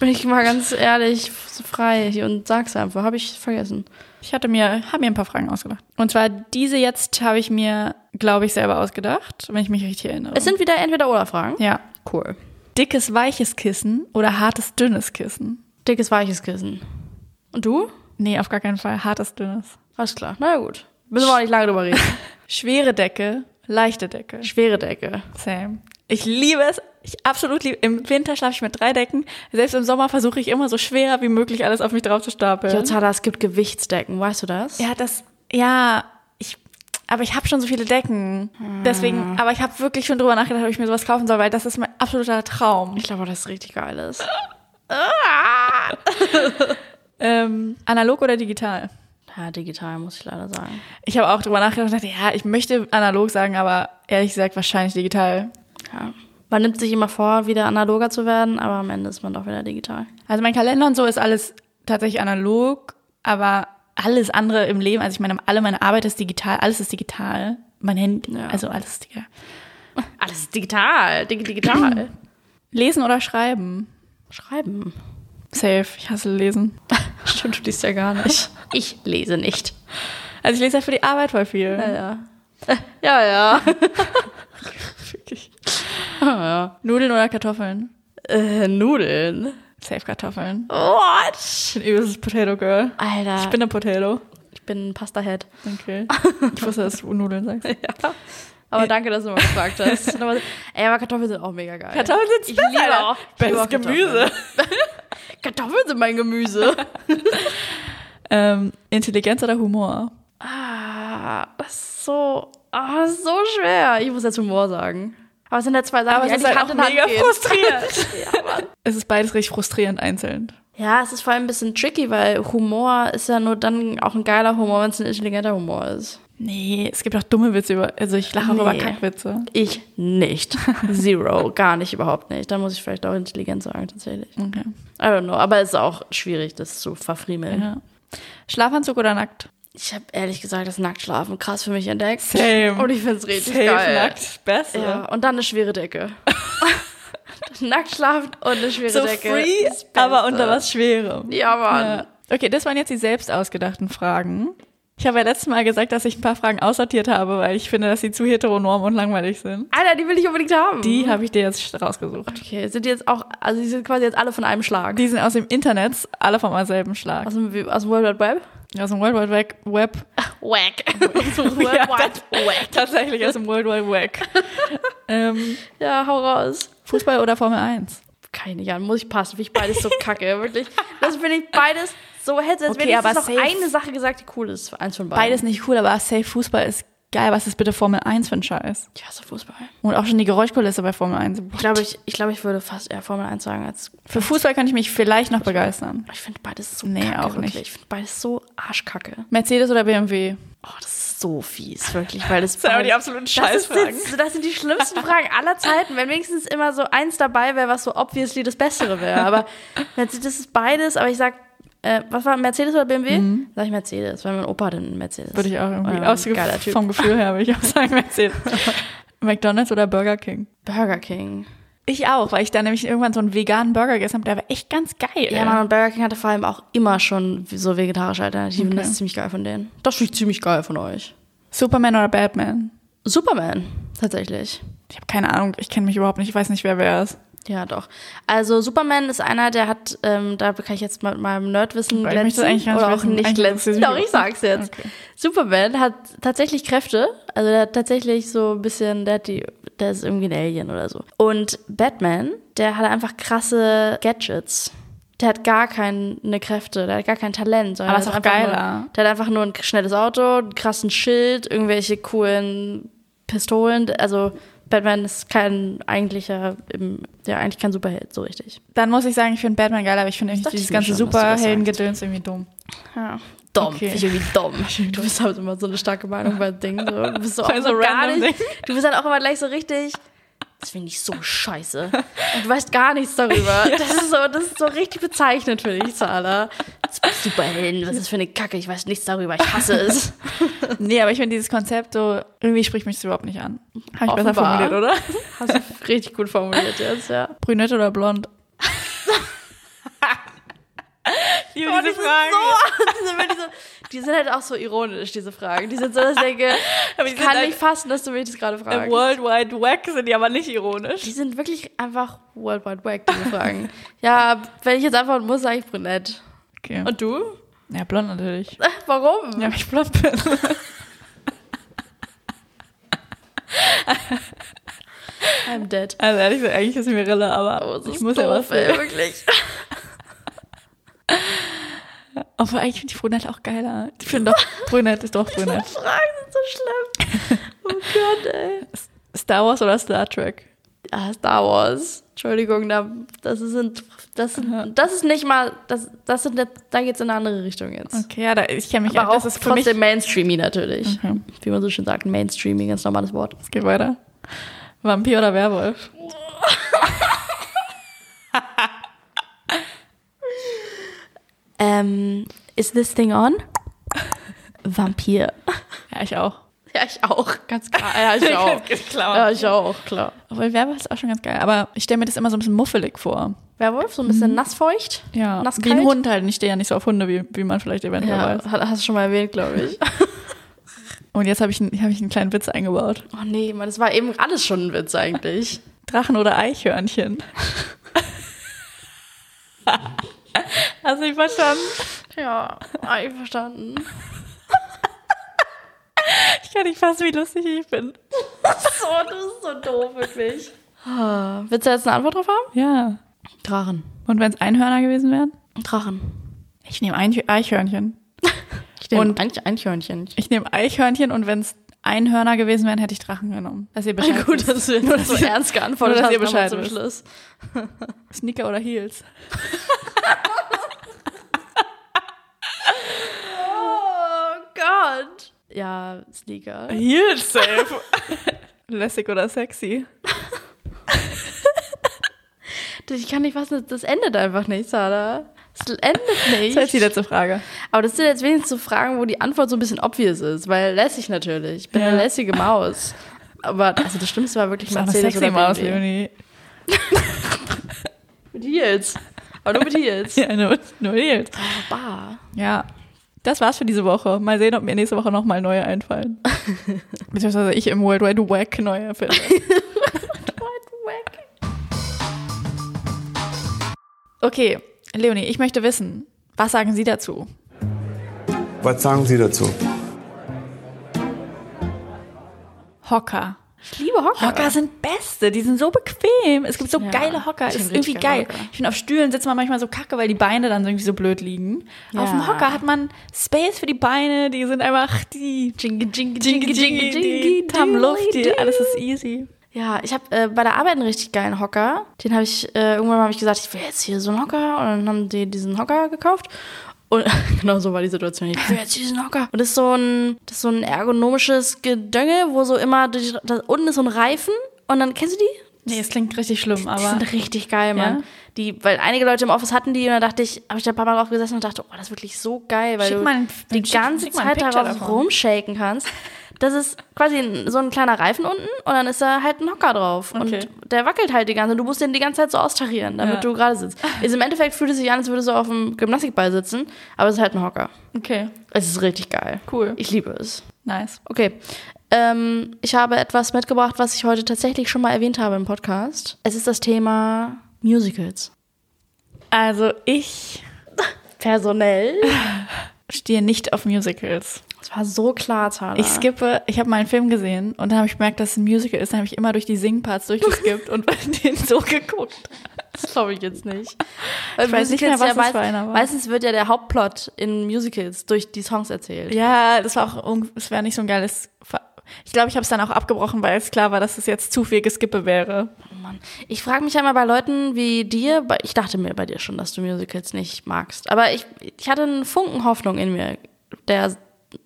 [SPEAKER 1] Bin ich mal ganz ehrlich so frei hier und sag's einfach. Habe ich vergessen.
[SPEAKER 2] Ich hatte mir, habe mir ein paar Fragen ausgedacht. Und zwar diese jetzt habe ich mir, glaube ich, selber ausgedacht, wenn ich mich richtig erinnere.
[SPEAKER 1] Es sind wieder entweder oder Fragen.
[SPEAKER 2] ja.
[SPEAKER 1] Cool.
[SPEAKER 2] Dickes, weiches Kissen oder hartes, dünnes Kissen?
[SPEAKER 1] Dickes, weiches Kissen. Und du?
[SPEAKER 2] Nee, auf gar keinen Fall. Hartes, dünnes.
[SPEAKER 1] Alles klar. Na ja, gut. Müssen wir auch nicht lange drüber reden.
[SPEAKER 2] Schwere Decke, leichte
[SPEAKER 1] [LAUGHS]
[SPEAKER 2] Decke.
[SPEAKER 1] Schwere Decke.
[SPEAKER 2] Same. Ich liebe es. Ich absolut liebe. Im Winter schlafe ich mit drei Decken. Selbst im Sommer versuche ich immer so schwer wie möglich alles auf mich drauf zu stapeln.
[SPEAKER 1] Jotala, es gibt Gewichtsdecken, weißt du das?
[SPEAKER 2] Ja, das. Ja, ich. Aber ich habe schon so viele Decken.
[SPEAKER 1] Ah.
[SPEAKER 2] Deswegen. Aber ich habe wirklich schon drüber nachgedacht, ob ich mir sowas kaufen soll, weil das ist mein absoluter Traum.
[SPEAKER 1] Ich glaube, das ist richtig geil ist.
[SPEAKER 2] Ähm, analog oder digital?
[SPEAKER 1] Ja, digital, muss ich leider sagen.
[SPEAKER 2] Ich habe auch drüber nachgedacht und dachte, ja, ich möchte analog sagen, aber ehrlich gesagt wahrscheinlich digital.
[SPEAKER 1] Ja. Man nimmt sich immer vor, wieder analoger zu werden, aber am Ende ist man doch wieder digital.
[SPEAKER 2] Also mein Kalender und so ist alles tatsächlich analog, aber alles andere im Leben, also ich meine, alle meine Arbeit ist digital, alles ist digital. Mein Handy,
[SPEAKER 1] Ja.
[SPEAKER 2] also alles ist digital.
[SPEAKER 1] Alles ist digital, digi digital.
[SPEAKER 2] Lesen oder schreiben?
[SPEAKER 1] Schreiben.
[SPEAKER 2] Safe, ich hasse lesen.
[SPEAKER 1] [LAUGHS] Stimmt, du liest ja gar nicht. Ich lese nicht.
[SPEAKER 2] Also ich lese ja für die Arbeit voll viel.
[SPEAKER 1] Ja. Ja, [LAUGHS] ja.
[SPEAKER 2] Wirklich. Nudeln oder Kartoffeln?
[SPEAKER 1] Äh, Nudeln.
[SPEAKER 2] Safe Kartoffeln.
[SPEAKER 1] What?
[SPEAKER 2] Ich bin übelstes Potato Girl.
[SPEAKER 1] Alter.
[SPEAKER 2] Ich bin eine Potato.
[SPEAKER 1] ich bin ein Pasta-Head.
[SPEAKER 2] Danke. Ich wusste, dass du Nudeln
[SPEAKER 1] [LAUGHS]
[SPEAKER 2] sagst.
[SPEAKER 1] Aber danke, dass du mal gefragt hast. Ey, [LAUGHS] aber Kartoffeln sind auch mega geil.
[SPEAKER 2] Kartoffeln sind
[SPEAKER 1] Ich
[SPEAKER 2] besser.
[SPEAKER 1] liebe
[SPEAKER 2] Alter.
[SPEAKER 1] auch- ich liebe
[SPEAKER 2] Bestes
[SPEAKER 1] auch Kartoffeln.
[SPEAKER 2] Gemüse.
[SPEAKER 1] Kartoffeln sind mein [LAUGHS] Gemüse.
[SPEAKER 2] Ähm, Intelligenz oder Humor?
[SPEAKER 1] ah, das ist so, ah, das ist so schwer. Ich muss jetzt Humor sagen. Aber es halt sind ja zwei Sachen, die eigentlich Hand in Hand gehen.
[SPEAKER 2] frustrierend.
[SPEAKER 1] Ja, Mann.
[SPEAKER 2] eh [LAUGHS] es ist beides richtig frustrierend einzeln.
[SPEAKER 1] Ja, es ist vor allem ein bisschen tricky, weil Humor ist ja nur dann auch ein geiler Humor, wenn es ein intelligenter Humor ist.
[SPEAKER 2] Nee, es gibt auch dumme Witze über, also ich lache
[SPEAKER 1] Nee.
[SPEAKER 2] auch über Kackwitze.
[SPEAKER 1] Ich nicht.
[SPEAKER 2] [LAUGHS]
[SPEAKER 1] Zero. Gar nicht, überhaupt nicht. Da muss ich vielleicht auch intelligent sagen, tatsächlich. I
[SPEAKER 2] Okay.
[SPEAKER 1] don't know. Aber es ist auch schwierig, das zu verfriemeln.
[SPEAKER 2] Ja. Schlafanzug oder nackt?
[SPEAKER 1] Ich habe ehrlich gesagt das Nacktschlafen krass für mich entdeckt.
[SPEAKER 2] Same.
[SPEAKER 1] Und Oh, ich find's richtig geil.
[SPEAKER 2] nackt, besser.
[SPEAKER 1] Ja, und dann eine schwere
[SPEAKER 2] [LAUGHS]
[SPEAKER 1] Decke. [LAUGHS] Nacktschlafen und eine schwere
[SPEAKER 2] So
[SPEAKER 1] Decke.
[SPEAKER 2] free,
[SPEAKER 1] Das Beste.
[SPEAKER 2] aber unter was Schwerem.
[SPEAKER 1] Ja, Mann.
[SPEAKER 2] Ja. Okay, das waren jetzt die selbst ausgedachten Fragen. Ich habe ja letztes Mal gesagt, dass ich ein paar Fragen aussortiert habe, weil ich finde, dass sie zu heteronorm und langweilig sind.
[SPEAKER 1] Alter, die will ich unbedingt haben.
[SPEAKER 2] Die habe ich dir jetzt rausgesucht.
[SPEAKER 1] Okay, sind die jetzt auch, also die sind quasi jetzt alle von einem Schlag.
[SPEAKER 2] Die sind aus dem Internet, alle vom selben Schlag.
[SPEAKER 1] Aus dem, aus dem World Wide Web?
[SPEAKER 2] Aus dem World Wide Web. Web.
[SPEAKER 1] Whack. Aus dem World
[SPEAKER 2] [LAUGHS] Ja,
[SPEAKER 1] Wide Web.
[SPEAKER 2] Tatsächlich aus dem World Wide Web. ähm,
[SPEAKER 1] Ja, hau raus.
[SPEAKER 2] Fußball oder Formel 1?
[SPEAKER 1] Kann ich nicht an, muss ich passen. Finde ich beides so kacke, wirklich. Das finde ich beides so hätte jetzt
[SPEAKER 2] Okay,
[SPEAKER 1] okay,
[SPEAKER 2] aber
[SPEAKER 1] wenigstens noch
[SPEAKER 2] safe.
[SPEAKER 1] eine Sache gesagt, die cool ist. Eins von beiden.
[SPEAKER 2] Beides nicht cool, aber safe Fußball ist geil. Was ist bitte Formel 1 für ein Scheiß?
[SPEAKER 1] Ich hasse Fußball.
[SPEAKER 2] Und auch schon die Geräuschkulisse bei Formel 1.
[SPEAKER 1] Ich glaube, ich, ich, glaube, ich würde fast eher Formel 1 sagen als.
[SPEAKER 2] Für Fußball kann ich mich vielleicht noch begeistern.
[SPEAKER 1] Ich finde beides so
[SPEAKER 2] Nee,
[SPEAKER 1] kacke.
[SPEAKER 2] auch nicht.
[SPEAKER 1] wirklich. Ich finde beides so arschkacke.
[SPEAKER 2] Mercedes oder BMW?
[SPEAKER 1] Oh, das ist so fies, wirklich, [LAUGHS] weil das.
[SPEAKER 2] sind aber die absoluten
[SPEAKER 1] Das,
[SPEAKER 2] Scheißfragen.
[SPEAKER 1] ist jetzt, das sind die schlimmsten Fragen aller Zeiten, wenn wenigstens immer so eins dabei wäre, was so obviously das Bessere wäre. Aber Mercedes ist beides, aber ich sag, äh, was war Mercedes oder BMW? Sag ich Mercedes, weil mein Opa hat einen Mercedes.
[SPEAKER 2] Würde ich auch irgendwie.
[SPEAKER 1] Ähm,
[SPEAKER 2] aus
[SPEAKER 1] geiler Typ.
[SPEAKER 2] vom Gefühl her würde ich auch sagen [LAUGHS] Mercedes. McDonalds oder Burger King?
[SPEAKER 1] Burger King.
[SPEAKER 2] Ich auch, weil ich da nämlich irgendwann so einen veganen Burger gegessen habe. Der war echt ganz geil.
[SPEAKER 1] Ja, Mann, und Burger King hatte vor allem auch immer schon so vegetarische Alternativen. Das ist ziemlich geil von denen. Das finde ich ziemlich geil von euch.
[SPEAKER 2] Superman oder Batman?
[SPEAKER 1] Superman, tatsächlich.
[SPEAKER 2] Ich habe keine Ahnung, ich kenne mich überhaupt nicht, ich weiß nicht, wer wer ist.
[SPEAKER 1] Ja, doch. Also Superman ist einer, der hat, ähm, da kann ich jetzt mit meinem Nerdwissen
[SPEAKER 2] Weil ich möchte
[SPEAKER 1] glänzen
[SPEAKER 2] das eigentlich gar nicht
[SPEAKER 1] oder auch
[SPEAKER 2] wissen.
[SPEAKER 1] nicht
[SPEAKER 2] Eigentlich
[SPEAKER 1] glänzen.
[SPEAKER 2] interessiert
[SPEAKER 1] Doch,
[SPEAKER 2] mich
[SPEAKER 1] ich
[SPEAKER 2] [LAUGHS] überhaupt
[SPEAKER 1] sag's jetzt.
[SPEAKER 2] Okay.
[SPEAKER 1] Superman hat tatsächlich Kräfte, also der hat tatsächlich so ein bisschen, der hat die, der ist irgendwie ein Alien oder so. Und Batman, der hat einfach krasse Gadgets. Der hat gar keine Kräfte, der hat gar kein Talent. sondern
[SPEAKER 2] Aber
[SPEAKER 1] der
[SPEAKER 2] ist
[SPEAKER 1] hat
[SPEAKER 2] auch
[SPEAKER 1] einfach
[SPEAKER 2] geiler.
[SPEAKER 1] Nur, der hat einfach nur ein schnelles Auto, einen krassen Schild, irgendwelche coolen Pistolen. Also Batman ist kein eigentlicher, im- ja eigentlich kein Superheld, so richtig.
[SPEAKER 2] Dann muss ich sagen, ich finde Batman geil, aber ich finde irgendwie
[SPEAKER 1] dachte
[SPEAKER 2] dieses
[SPEAKER 1] ich mir
[SPEAKER 2] ganze
[SPEAKER 1] schon, dass du das
[SPEAKER 2] Superhelden-Gedöns irgendwie [LAUGHS] dumm.
[SPEAKER 1] Ja. Dumm,
[SPEAKER 2] Okay.
[SPEAKER 1] okay. ich irgendwie [LAUGHS] dumm. Du bist halt immer so eine starke Meinung bei Dingen. So. Du bist so auch
[SPEAKER 2] Bei so
[SPEAKER 1] so gar
[SPEAKER 2] random
[SPEAKER 1] nicht. Du bist dann auch immer gleich so richtig. Das finde ich so [LAUGHS] scheiße. Und du weißt gar nichts [LAUGHS] darüber. Das ist so, das ist so richtig bezeichnend für dich, Zala. Superhelden, was ist das für eine Kacke? Ich weiß nichts darüber. Ich hasse es.
[SPEAKER 2] Nee, aber ich finde dieses Konzept so, irgendwie spricht mich das überhaupt nicht an. Habe ich besser
[SPEAKER 1] Offenbar.
[SPEAKER 2] formuliert, oder?
[SPEAKER 1] [LAUGHS] Hast du richtig gut formuliert jetzt, ja.
[SPEAKER 2] Brünett oder [LAUGHS] blond? ich liebe
[SPEAKER 1] [LAUGHS] Oh, das ist so, das ist wirklich so, Die sind halt auch so ironisch, diese Fragen. Die sind so, dass ich [LAUGHS] denke,
[SPEAKER 2] Aber
[SPEAKER 1] ich
[SPEAKER 2] die sind
[SPEAKER 1] kann
[SPEAKER 2] halt-
[SPEAKER 1] nicht fassen, dass du mich das gerade fragst.
[SPEAKER 2] World Wide Wack sind die aber nicht ironisch.
[SPEAKER 1] Die sind wirklich einfach World Wide Wack, diese
[SPEAKER 2] [LAUGHS]
[SPEAKER 1] Fragen. ja, wenn ich jetzt antworten muss, sage ich brünett.
[SPEAKER 2] Okay.
[SPEAKER 1] Und du?
[SPEAKER 2] ja, blond natürlich.
[SPEAKER 1] Äh, Warum?
[SPEAKER 2] Ja, weil ich blond bin. [LAUGHS]
[SPEAKER 1] I'm dead.
[SPEAKER 2] Also ehrlich gesagt, eigentlich ist mir Rille, aber
[SPEAKER 1] Oh, das
[SPEAKER 2] ich
[SPEAKER 1] ist
[SPEAKER 2] muss
[SPEAKER 1] doof,
[SPEAKER 2] ja was
[SPEAKER 1] ey,
[SPEAKER 2] sehen.
[SPEAKER 1] wirklich.
[SPEAKER 2] Obwohl, eigentlich finde ich Brunette auch geiler. Ich finde [LAUGHS] doch, Brunette ist doch [LAUGHS] Brunette.
[SPEAKER 1] Fragen sind so schlimm.
[SPEAKER 2] [LAUGHS]
[SPEAKER 1] Oh Gott, ey.
[SPEAKER 2] Star Wars oder Star Trek?
[SPEAKER 1] Ah, Star Wars. Entschuldigung, da, das sind, das sind, das ist nicht mal, das, das sind, jetzt- da geht's in eine andere Richtung jetzt.
[SPEAKER 2] Okay, ja, da, ich kenne mich
[SPEAKER 1] Aber
[SPEAKER 2] ja-
[SPEAKER 1] auch trotzdem Mainstreamy natürlich.
[SPEAKER 2] Okay,
[SPEAKER 1] Wie man so schön sagt, Mainstreamy, ganz normales Wort.
[SPEAKER 2] es geht weiter. Vampir oder Werwolf?
[SPEAKER 1] Ähm, is this thing on?
[SPEAKER 2] [LAUGHS]
[SPEAKER 1] Vampir.
[SPEAKER 2] Ja, ich auch.
[SPEAKER 1] Ja, ich auch, ganz klar. Ja, [LAUGHS] ich auch.
[SPEAKER 2] klar.
[SPEAKER 1] ja, ich auch, klar.
[SPEAKER 2] Obwohl, Werwolf ist auch schon ganz geil. Aber ich stelle mir das immer so ein bisschen muffelig vor.
[SPEAKER 1] Werwolf, so ein bisschen nassfeucht.
[SPEAKER 2] Ja,
[SPEAKER 1] Nasskalt?
[SPEAKER 2] wie ein Hund halt. Und Ich stehe ja nicht so auf Hunde, wie, wie man vielleicht eventuell
[SPEAKER 1] Ja,
[SPEAKER 2] weiß.
[SPEAKER 1] hat- hast du schon mal erwähnt, glaube [LAUGHS] ich.
[SPEAKER 2] Und jetzt habe ich, einen- hab ich einen kleinen Witz eingebaut.
[SPEAKER 1] Oh nee, Mann, das war eben alles schon ein Witz [LAUGHS] eigentlich.
[SPEAKER 2] Drachen oder Eichhörnchen? Hast du nicht verstanden?
[SPEAKER 1] Ja, einverstanden.
[SPEAKER 2] Ich kann nicht fassen, wie lustig ich bin.
[SPEAKER 1] So, du bist so doof, wirklich. Ah, Willst du jetzt eine Antwort drauf haben?
[SPEAKER 2] Ja.
[SPEAKER 1] Drachen.
[SPEAKER 2] Und wenn es Einhörner gewesen wären?
[SPEAKER 1] Drachen.
[SPEAKER 2] Ich nehme Ein- Eichhörnchen.
[SPEAKER 1] Ich nehme
[SPEAKER 2] Und-
[SPEAKER 1] ein [LAUGHS] Einhörnchen.
[SPEAKER 2] Ich nehme Eichhörnchen und wenn es Einhörner gewesen wären, hätte ich Drachen genommen. Dass ihr [LAUGHS] Bescheid
[SPEAKER 1] Gut,
[SPEAKER 2] wisst.
[SPEAKER 1] dass du jetzt so ernst geantwortet
[SPEAKER 2] nur,
[SPEAKER 1] hast,
[SPEAKER 2] dass ihr
[SPEAKER 1] nochmal
[SPEAKER 2] Bescheid
[SPEAKER 1] zum
[SPEAKER 2] wisst.
[SPEAKER 1] Schluss.
[SPEAKER 2] Sneaker oder Heels?
[SPEAKER 1] Oh Gott. Ja, Sneaker.
[SPEAKER 2] Heels safe. [LAUGHS] Lässig oder sexy?
[SPEAKER 1] Ich kann nicht fassen, das endet einfach nicht, Sada. Es endet
[SPEAKER 2] [LAUGHS] Das ist jetzt die
[SPEAKER 1] nicht.
[SPEAKER 2] letzte Frage.
[SPEAKER 1] Aber das sind jetzt wenigstens so Fragen, wo die Antwort so ein bisschen obvious ist, weil lässig natürlich. Ich bin
[SPEAKER 2] Ja.
[SPEAKER 1] eine lässige Maus. Aber also das Schlimmste war wirklich
[SPEAKER 2] Das ist auch eine
[SPEAKER 1] Mercedes
[SPEAKER 2] sexy
[SPEAKER 1] oder
[SPEAKER 2] Maus,
[SPEAKER 1] BMW.
[SPEAKER 2] Leonie.
[SPEAKER 1] Mit Heels. Aber
[SPEAKER 2] [LAUGHS]
[SPEAKER 1] nur mit Heels.
[SPEAKER 2] Ja, nur, nur Heels.
[SPEAKER 1] Bar.
[SPEAKER 2] Ja. Das war's für diese Woche. Mal sehen, ob mir nächste Woche nochmal neue [LAUGHS] einfallen. Beziehungsweise ich im World Wide Wack neue finde. [LAUGHS] Okay, Leonie, ich möchte wissen, was sagen Sie dazu?
[SPEAKER 3] Was sagen Sie dazu?
[SPEAKER 2] Hocker.
[SPEAKER 1] Ich liebe Hocker.
[SPEAKER 2] Hocker sind beste, die sind so bequem. Es gibt so
[SPEAKER 1] Ja,
[SPEAKER 2] geile Hocker,
[SPEAKER 1] ich
[SPEAKER 2] ist
[SPEAKER 1] hab
[SPEAKER 2] irgendwie
[SPEAKER 1] richtig
[SPEAKER 2] geil.
[SPEAKER 1] geile Hocker.
[SPEAKER 2] Ich finde, auf Stühlen sitzt man manchmal so kacke, weil die Beine dann irgendwie so blöd liegen. Auf dem
[SPEAKER 1] Ja.
[SPEAKER 2] Hocker hat man Space für die Beine, die sind einfach die
[SPEAKER 1] Jingle, jingle,
[SPEAKER 2] jingi, jingi, jingi, haben Luft, die, alles ist easy.
[SPEAKER 1] Ja, ich habe äh, bei der Arbeit einen richtig geilen Hocker. Den habe ich, äh, irgendwann habe ich gesagt, ich will jetzt hier so einen Hocker. Und dann haben die diesen Hocker gekauft. Und [LAUGHS] genau so war die Situation. Ich will jetzt diesen Hocker. Und das ist so ein, das ist so ein ergonomisches Gedönge, wo so immer, durch, da unten ist so ein Reifen. Und dann, kennst du die?
[SPEAKER 2] Nee, es klingt richtig schlimm,
[SPEAKER 1] Die
[SPEAKER 2] aber
[SPEAKER 1] sind richtig geil,
[SPEAKER 2] Ja?
[SPEAKER 1] Mann. Die, weil einige Leute im Office hatten die und da dachte ich, habe ich da ein paar Mal drauf gesessen und dachte, oh, das ist wirklich so geil, weil
[SPEAKER 2] Schick
[SPEAKER 1] du
[SPEAKER 2] mal ein-
[SPEAKER 1] die
[SPEAKER 2] schick-
[SPEAKER 1] ganze
[SPEAKER 2] schick mal ein
[SPEAKER 1] Zeit
[SPEAKER 2] Picture
[SPEAKER 1] darauf
[SPEAKER 2] davon.
[SPEAKER 1] rumshaken kannst. Das ist quasi ein- so ein kleiner Reifen unten und dann ist da halt ein Hocker drauf.
[SPEAKER 2] Okay.
[SPEAKER 1] Und der wackelt halt die ganze Zeit. Du musst den die ganze Zeit so austarieren, damit
[SPEAKER 2] Ja.
[SPEAKER 1] du gerade
[SPEAKER 2] [LAUGHS]
[SPEAKER 1] sitzt. Ist Im Endeffekt fühlt es sich an, als würdest du auf dem Gymnastikball sitzen, aber es ist halt ein Hocker.
[SPEAKER 2] okay,
[SPEAKER 1] Es ist richtig geil.
[SPEAKER 2] cool,
[SPEAKER 1] Ich liebe es.
[SPEAKER 2] nice.
[SPEAKER 1] Okay. Ähm, ich habe etwas mitgebracht, was ich heute tatsächlich schon mal erwähnt habe im Podcast. Es ist das Thema Musicals.
[SPEAKER 2] Also ich
[SPEAKER 1] Personell?
[SPEAKER 2] stehe nicht auf Musicals.
[SPEAKER 1] Das war so klar, Tana.
[SPEAKER 2] Ich skippe, ich habe mal einen Film gesehen und dann habe ich gemerkt, dass es ein Musical ist, dann habe ich immer durch die Singparts durchgeskippt und [LAUGHS] den so geguckt.
[SPEAKER 1] das glaube ich jetzt nicht. Ich
[SPEAKER 2] weiß nicht mehr, was das für einer war.
[SPEAKER 1] Meistens wird ja der Hauptplot in Musicals durch die Songs erzählt.
[SPEAKER 2] Ja, das war auch, irgend- es wäre nicht so ein geiles. Ver ich glaube, ich habe es dann auch abgebrochen, weil es klar war, dass es jetzt zu viel Geskippe wäre.
[SPEAKER 1] Oh Mann. Ich frage mich ja immer bei Leuten wie dir, bei- ich dachte mir bei dir schon, dass du Musicals nicht magst. Aber ich, ich hatte einen Funken Hoffnung in mir. Der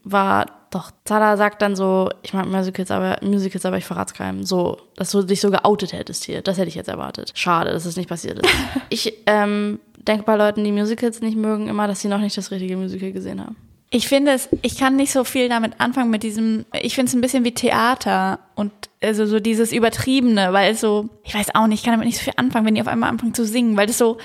[SPEAKER 1] war doch, Zala sagt dann so, ich mag Musicals, aber Musicals, aber ich verrat's keinem. So, dass du dich so geoutet hättest hier. Das hätte ich jetzt erwartet. Schade, dass es nicht passiert ist. ich ähm, denke bei Leuten, die Musicals nicht mögen, immer, dass sie noch nicht das richtige Musical gesehen haben.
[SPEAKER 2] Ich finde es, ich kann nicht so viel damit anfangen mit diesem, ich finde es ein bisschen wie Theater und also so dieses Übertriebene, weil es so, ich weiß auch nicht, ich kann damit nicht so viel anfangen, wenn die auf einmal anfangen zu singen, weil das so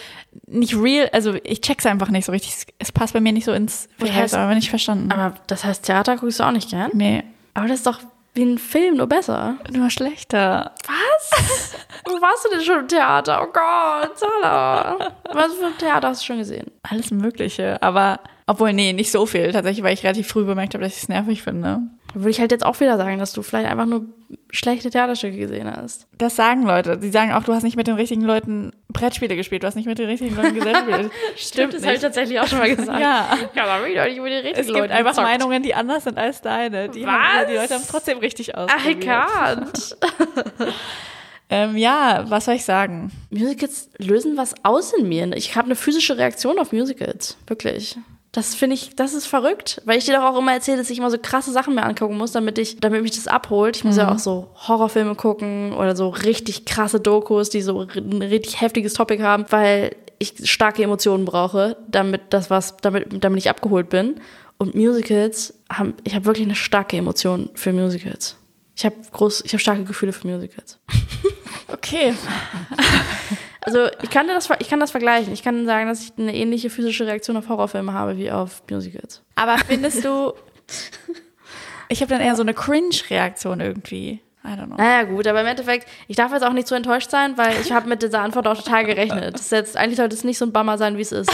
[SPEAKER 2] nicht real, also ich check's einfach nicht so richtig. Es- Es passt bei mir nicht so ins
[SPEAKER 1] Woher
[SPEAKER 2] Verhältnis,
[SPEAKER 1] ist-
[SPEAKER 2] aber nicht verstanden.
[SPEAKER 1] Aber das heißt, Theater guckst du auch nicht gern?
[SPEAKER 2] nee,
[SPEAKER 1] Aber das ist doch wie ein Film, nur besser.
[SPEAKER 2] nur schlechter.
[SPEAKER 1] Was? Wo warst du denn schon im Theater? Oh Gott, Sala. Was für ein Theater hast du schon gesehen?
[SPEAKER 2] Alles Mögliche, aber obwohl, nee, nicht so viel tatsächlich, weil ich relativ früh bemerkt habe, dass ich es nervig finde.
[SPEAKER 1] Würde ich halt jetzt auch wieder sagen, dass du vielleicht einfach nur schlechte Theaterstücke gesehen hast.
[SPEAKER 2] Das sagen Leute. Sie sagen auch, du hast nicht mit den richtigen Leuten Brettspiele gespielt, du hast nicht mit den richtigen Leuten Gesellschaft [LAUGHS] gespielt.
[SPEAKER 1] Stimmt, das habe ich tatsächlich auch schon mal gesagt.
[SPEAKER 2] Ja.
[SPEAKER 1] Ja, da bin ich doch nicht über die richtigen
[SPEAKER 2] Es gibt
[SPEAKER 1] Leute
[SPEAKER 2] einfach
[SPEAKER 1] gezockt.
[SPEAKER 2] Meinungen, die anders sind als deine. Die,
[SPEAKER 1] Was?
[SPEAKER 2] Haben, die Leute haben es trotzdem richtig
[SPEAKER 1] I
[SPEAKER 2] ausprobiert.
[SPEAKER 1] can't.
[SPEAKER 2] Ähm, ja, was soll ich sagen?
[SPEAKER 1] Musicals lösen was aus in mir. Ich habe eine physische Reaktion auf Musicals. Wirklich. Das finde ich, das ist verrückt. Weil ich dir doch auch immer erzähle, dass ich immer so krasse Sachen mir angucken muss, damit ich, damit mich das abholt. Ich muss ja auch so Horrorfilme gucken oder so richtig krasse Dokus, die so r- ein richtig heftiges Topic haben, weil ich starke Emotionen brauche, damit das was, damit, damit ich abgeholt bin. Und Musicals haben, ich habe wirklich eine starke Emotion für Musicals. Ich habe groß, ich habe starke Gefühle für Musicals.
[SPEAKER 2] Okay.
[SPEAKER 1] Also ich kann, dir das, ver- ich kann das vergleichen. Ich kann sagen, dass ich eine ähnliche physische Reaktion auf Horrorfilme habe wie auf Musicals.
[SPEAKER 2] Aber findest [LAUGHS] du. Ich habe dann eher so eine Cringe-Reaktion irgendwie. I don't know.
[SPEAKER 1] Naja gut, aber im Endeffekt, ich darf jetzt auch nicht so enttäuscht sein, weil ich habe mit dieser Antwort auch total gerechnet. Das ist jetzt, eigentlich sollte es nicht so ein Bummer sein, wie es ist.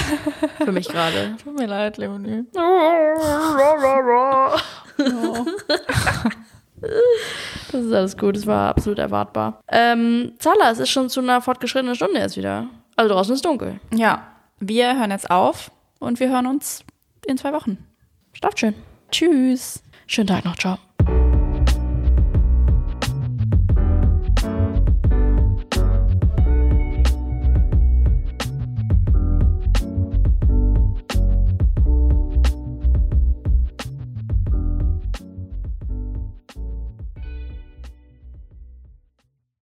[SPEAKER 1] Für mich gerade.
[SPEAKER 2] Tut mir leid, Leonie.
[SPEAKER 1] Das ist alles gut, es war absolut erwartbar. Ähm, Zala, es ist schon zu einer fortgeschrittenen Stunde jetzt wieder. Also draußen ist dunkel.
[SPEAKER 2] Ja, wir hören jetzt auf und wir hören uns in zwei Wochen.
[SPEAKER 1] Schlaft schön.
[SPEAKER 2] Tschüss.
[SPEAKER 1] Schönen Tag noch, ciao.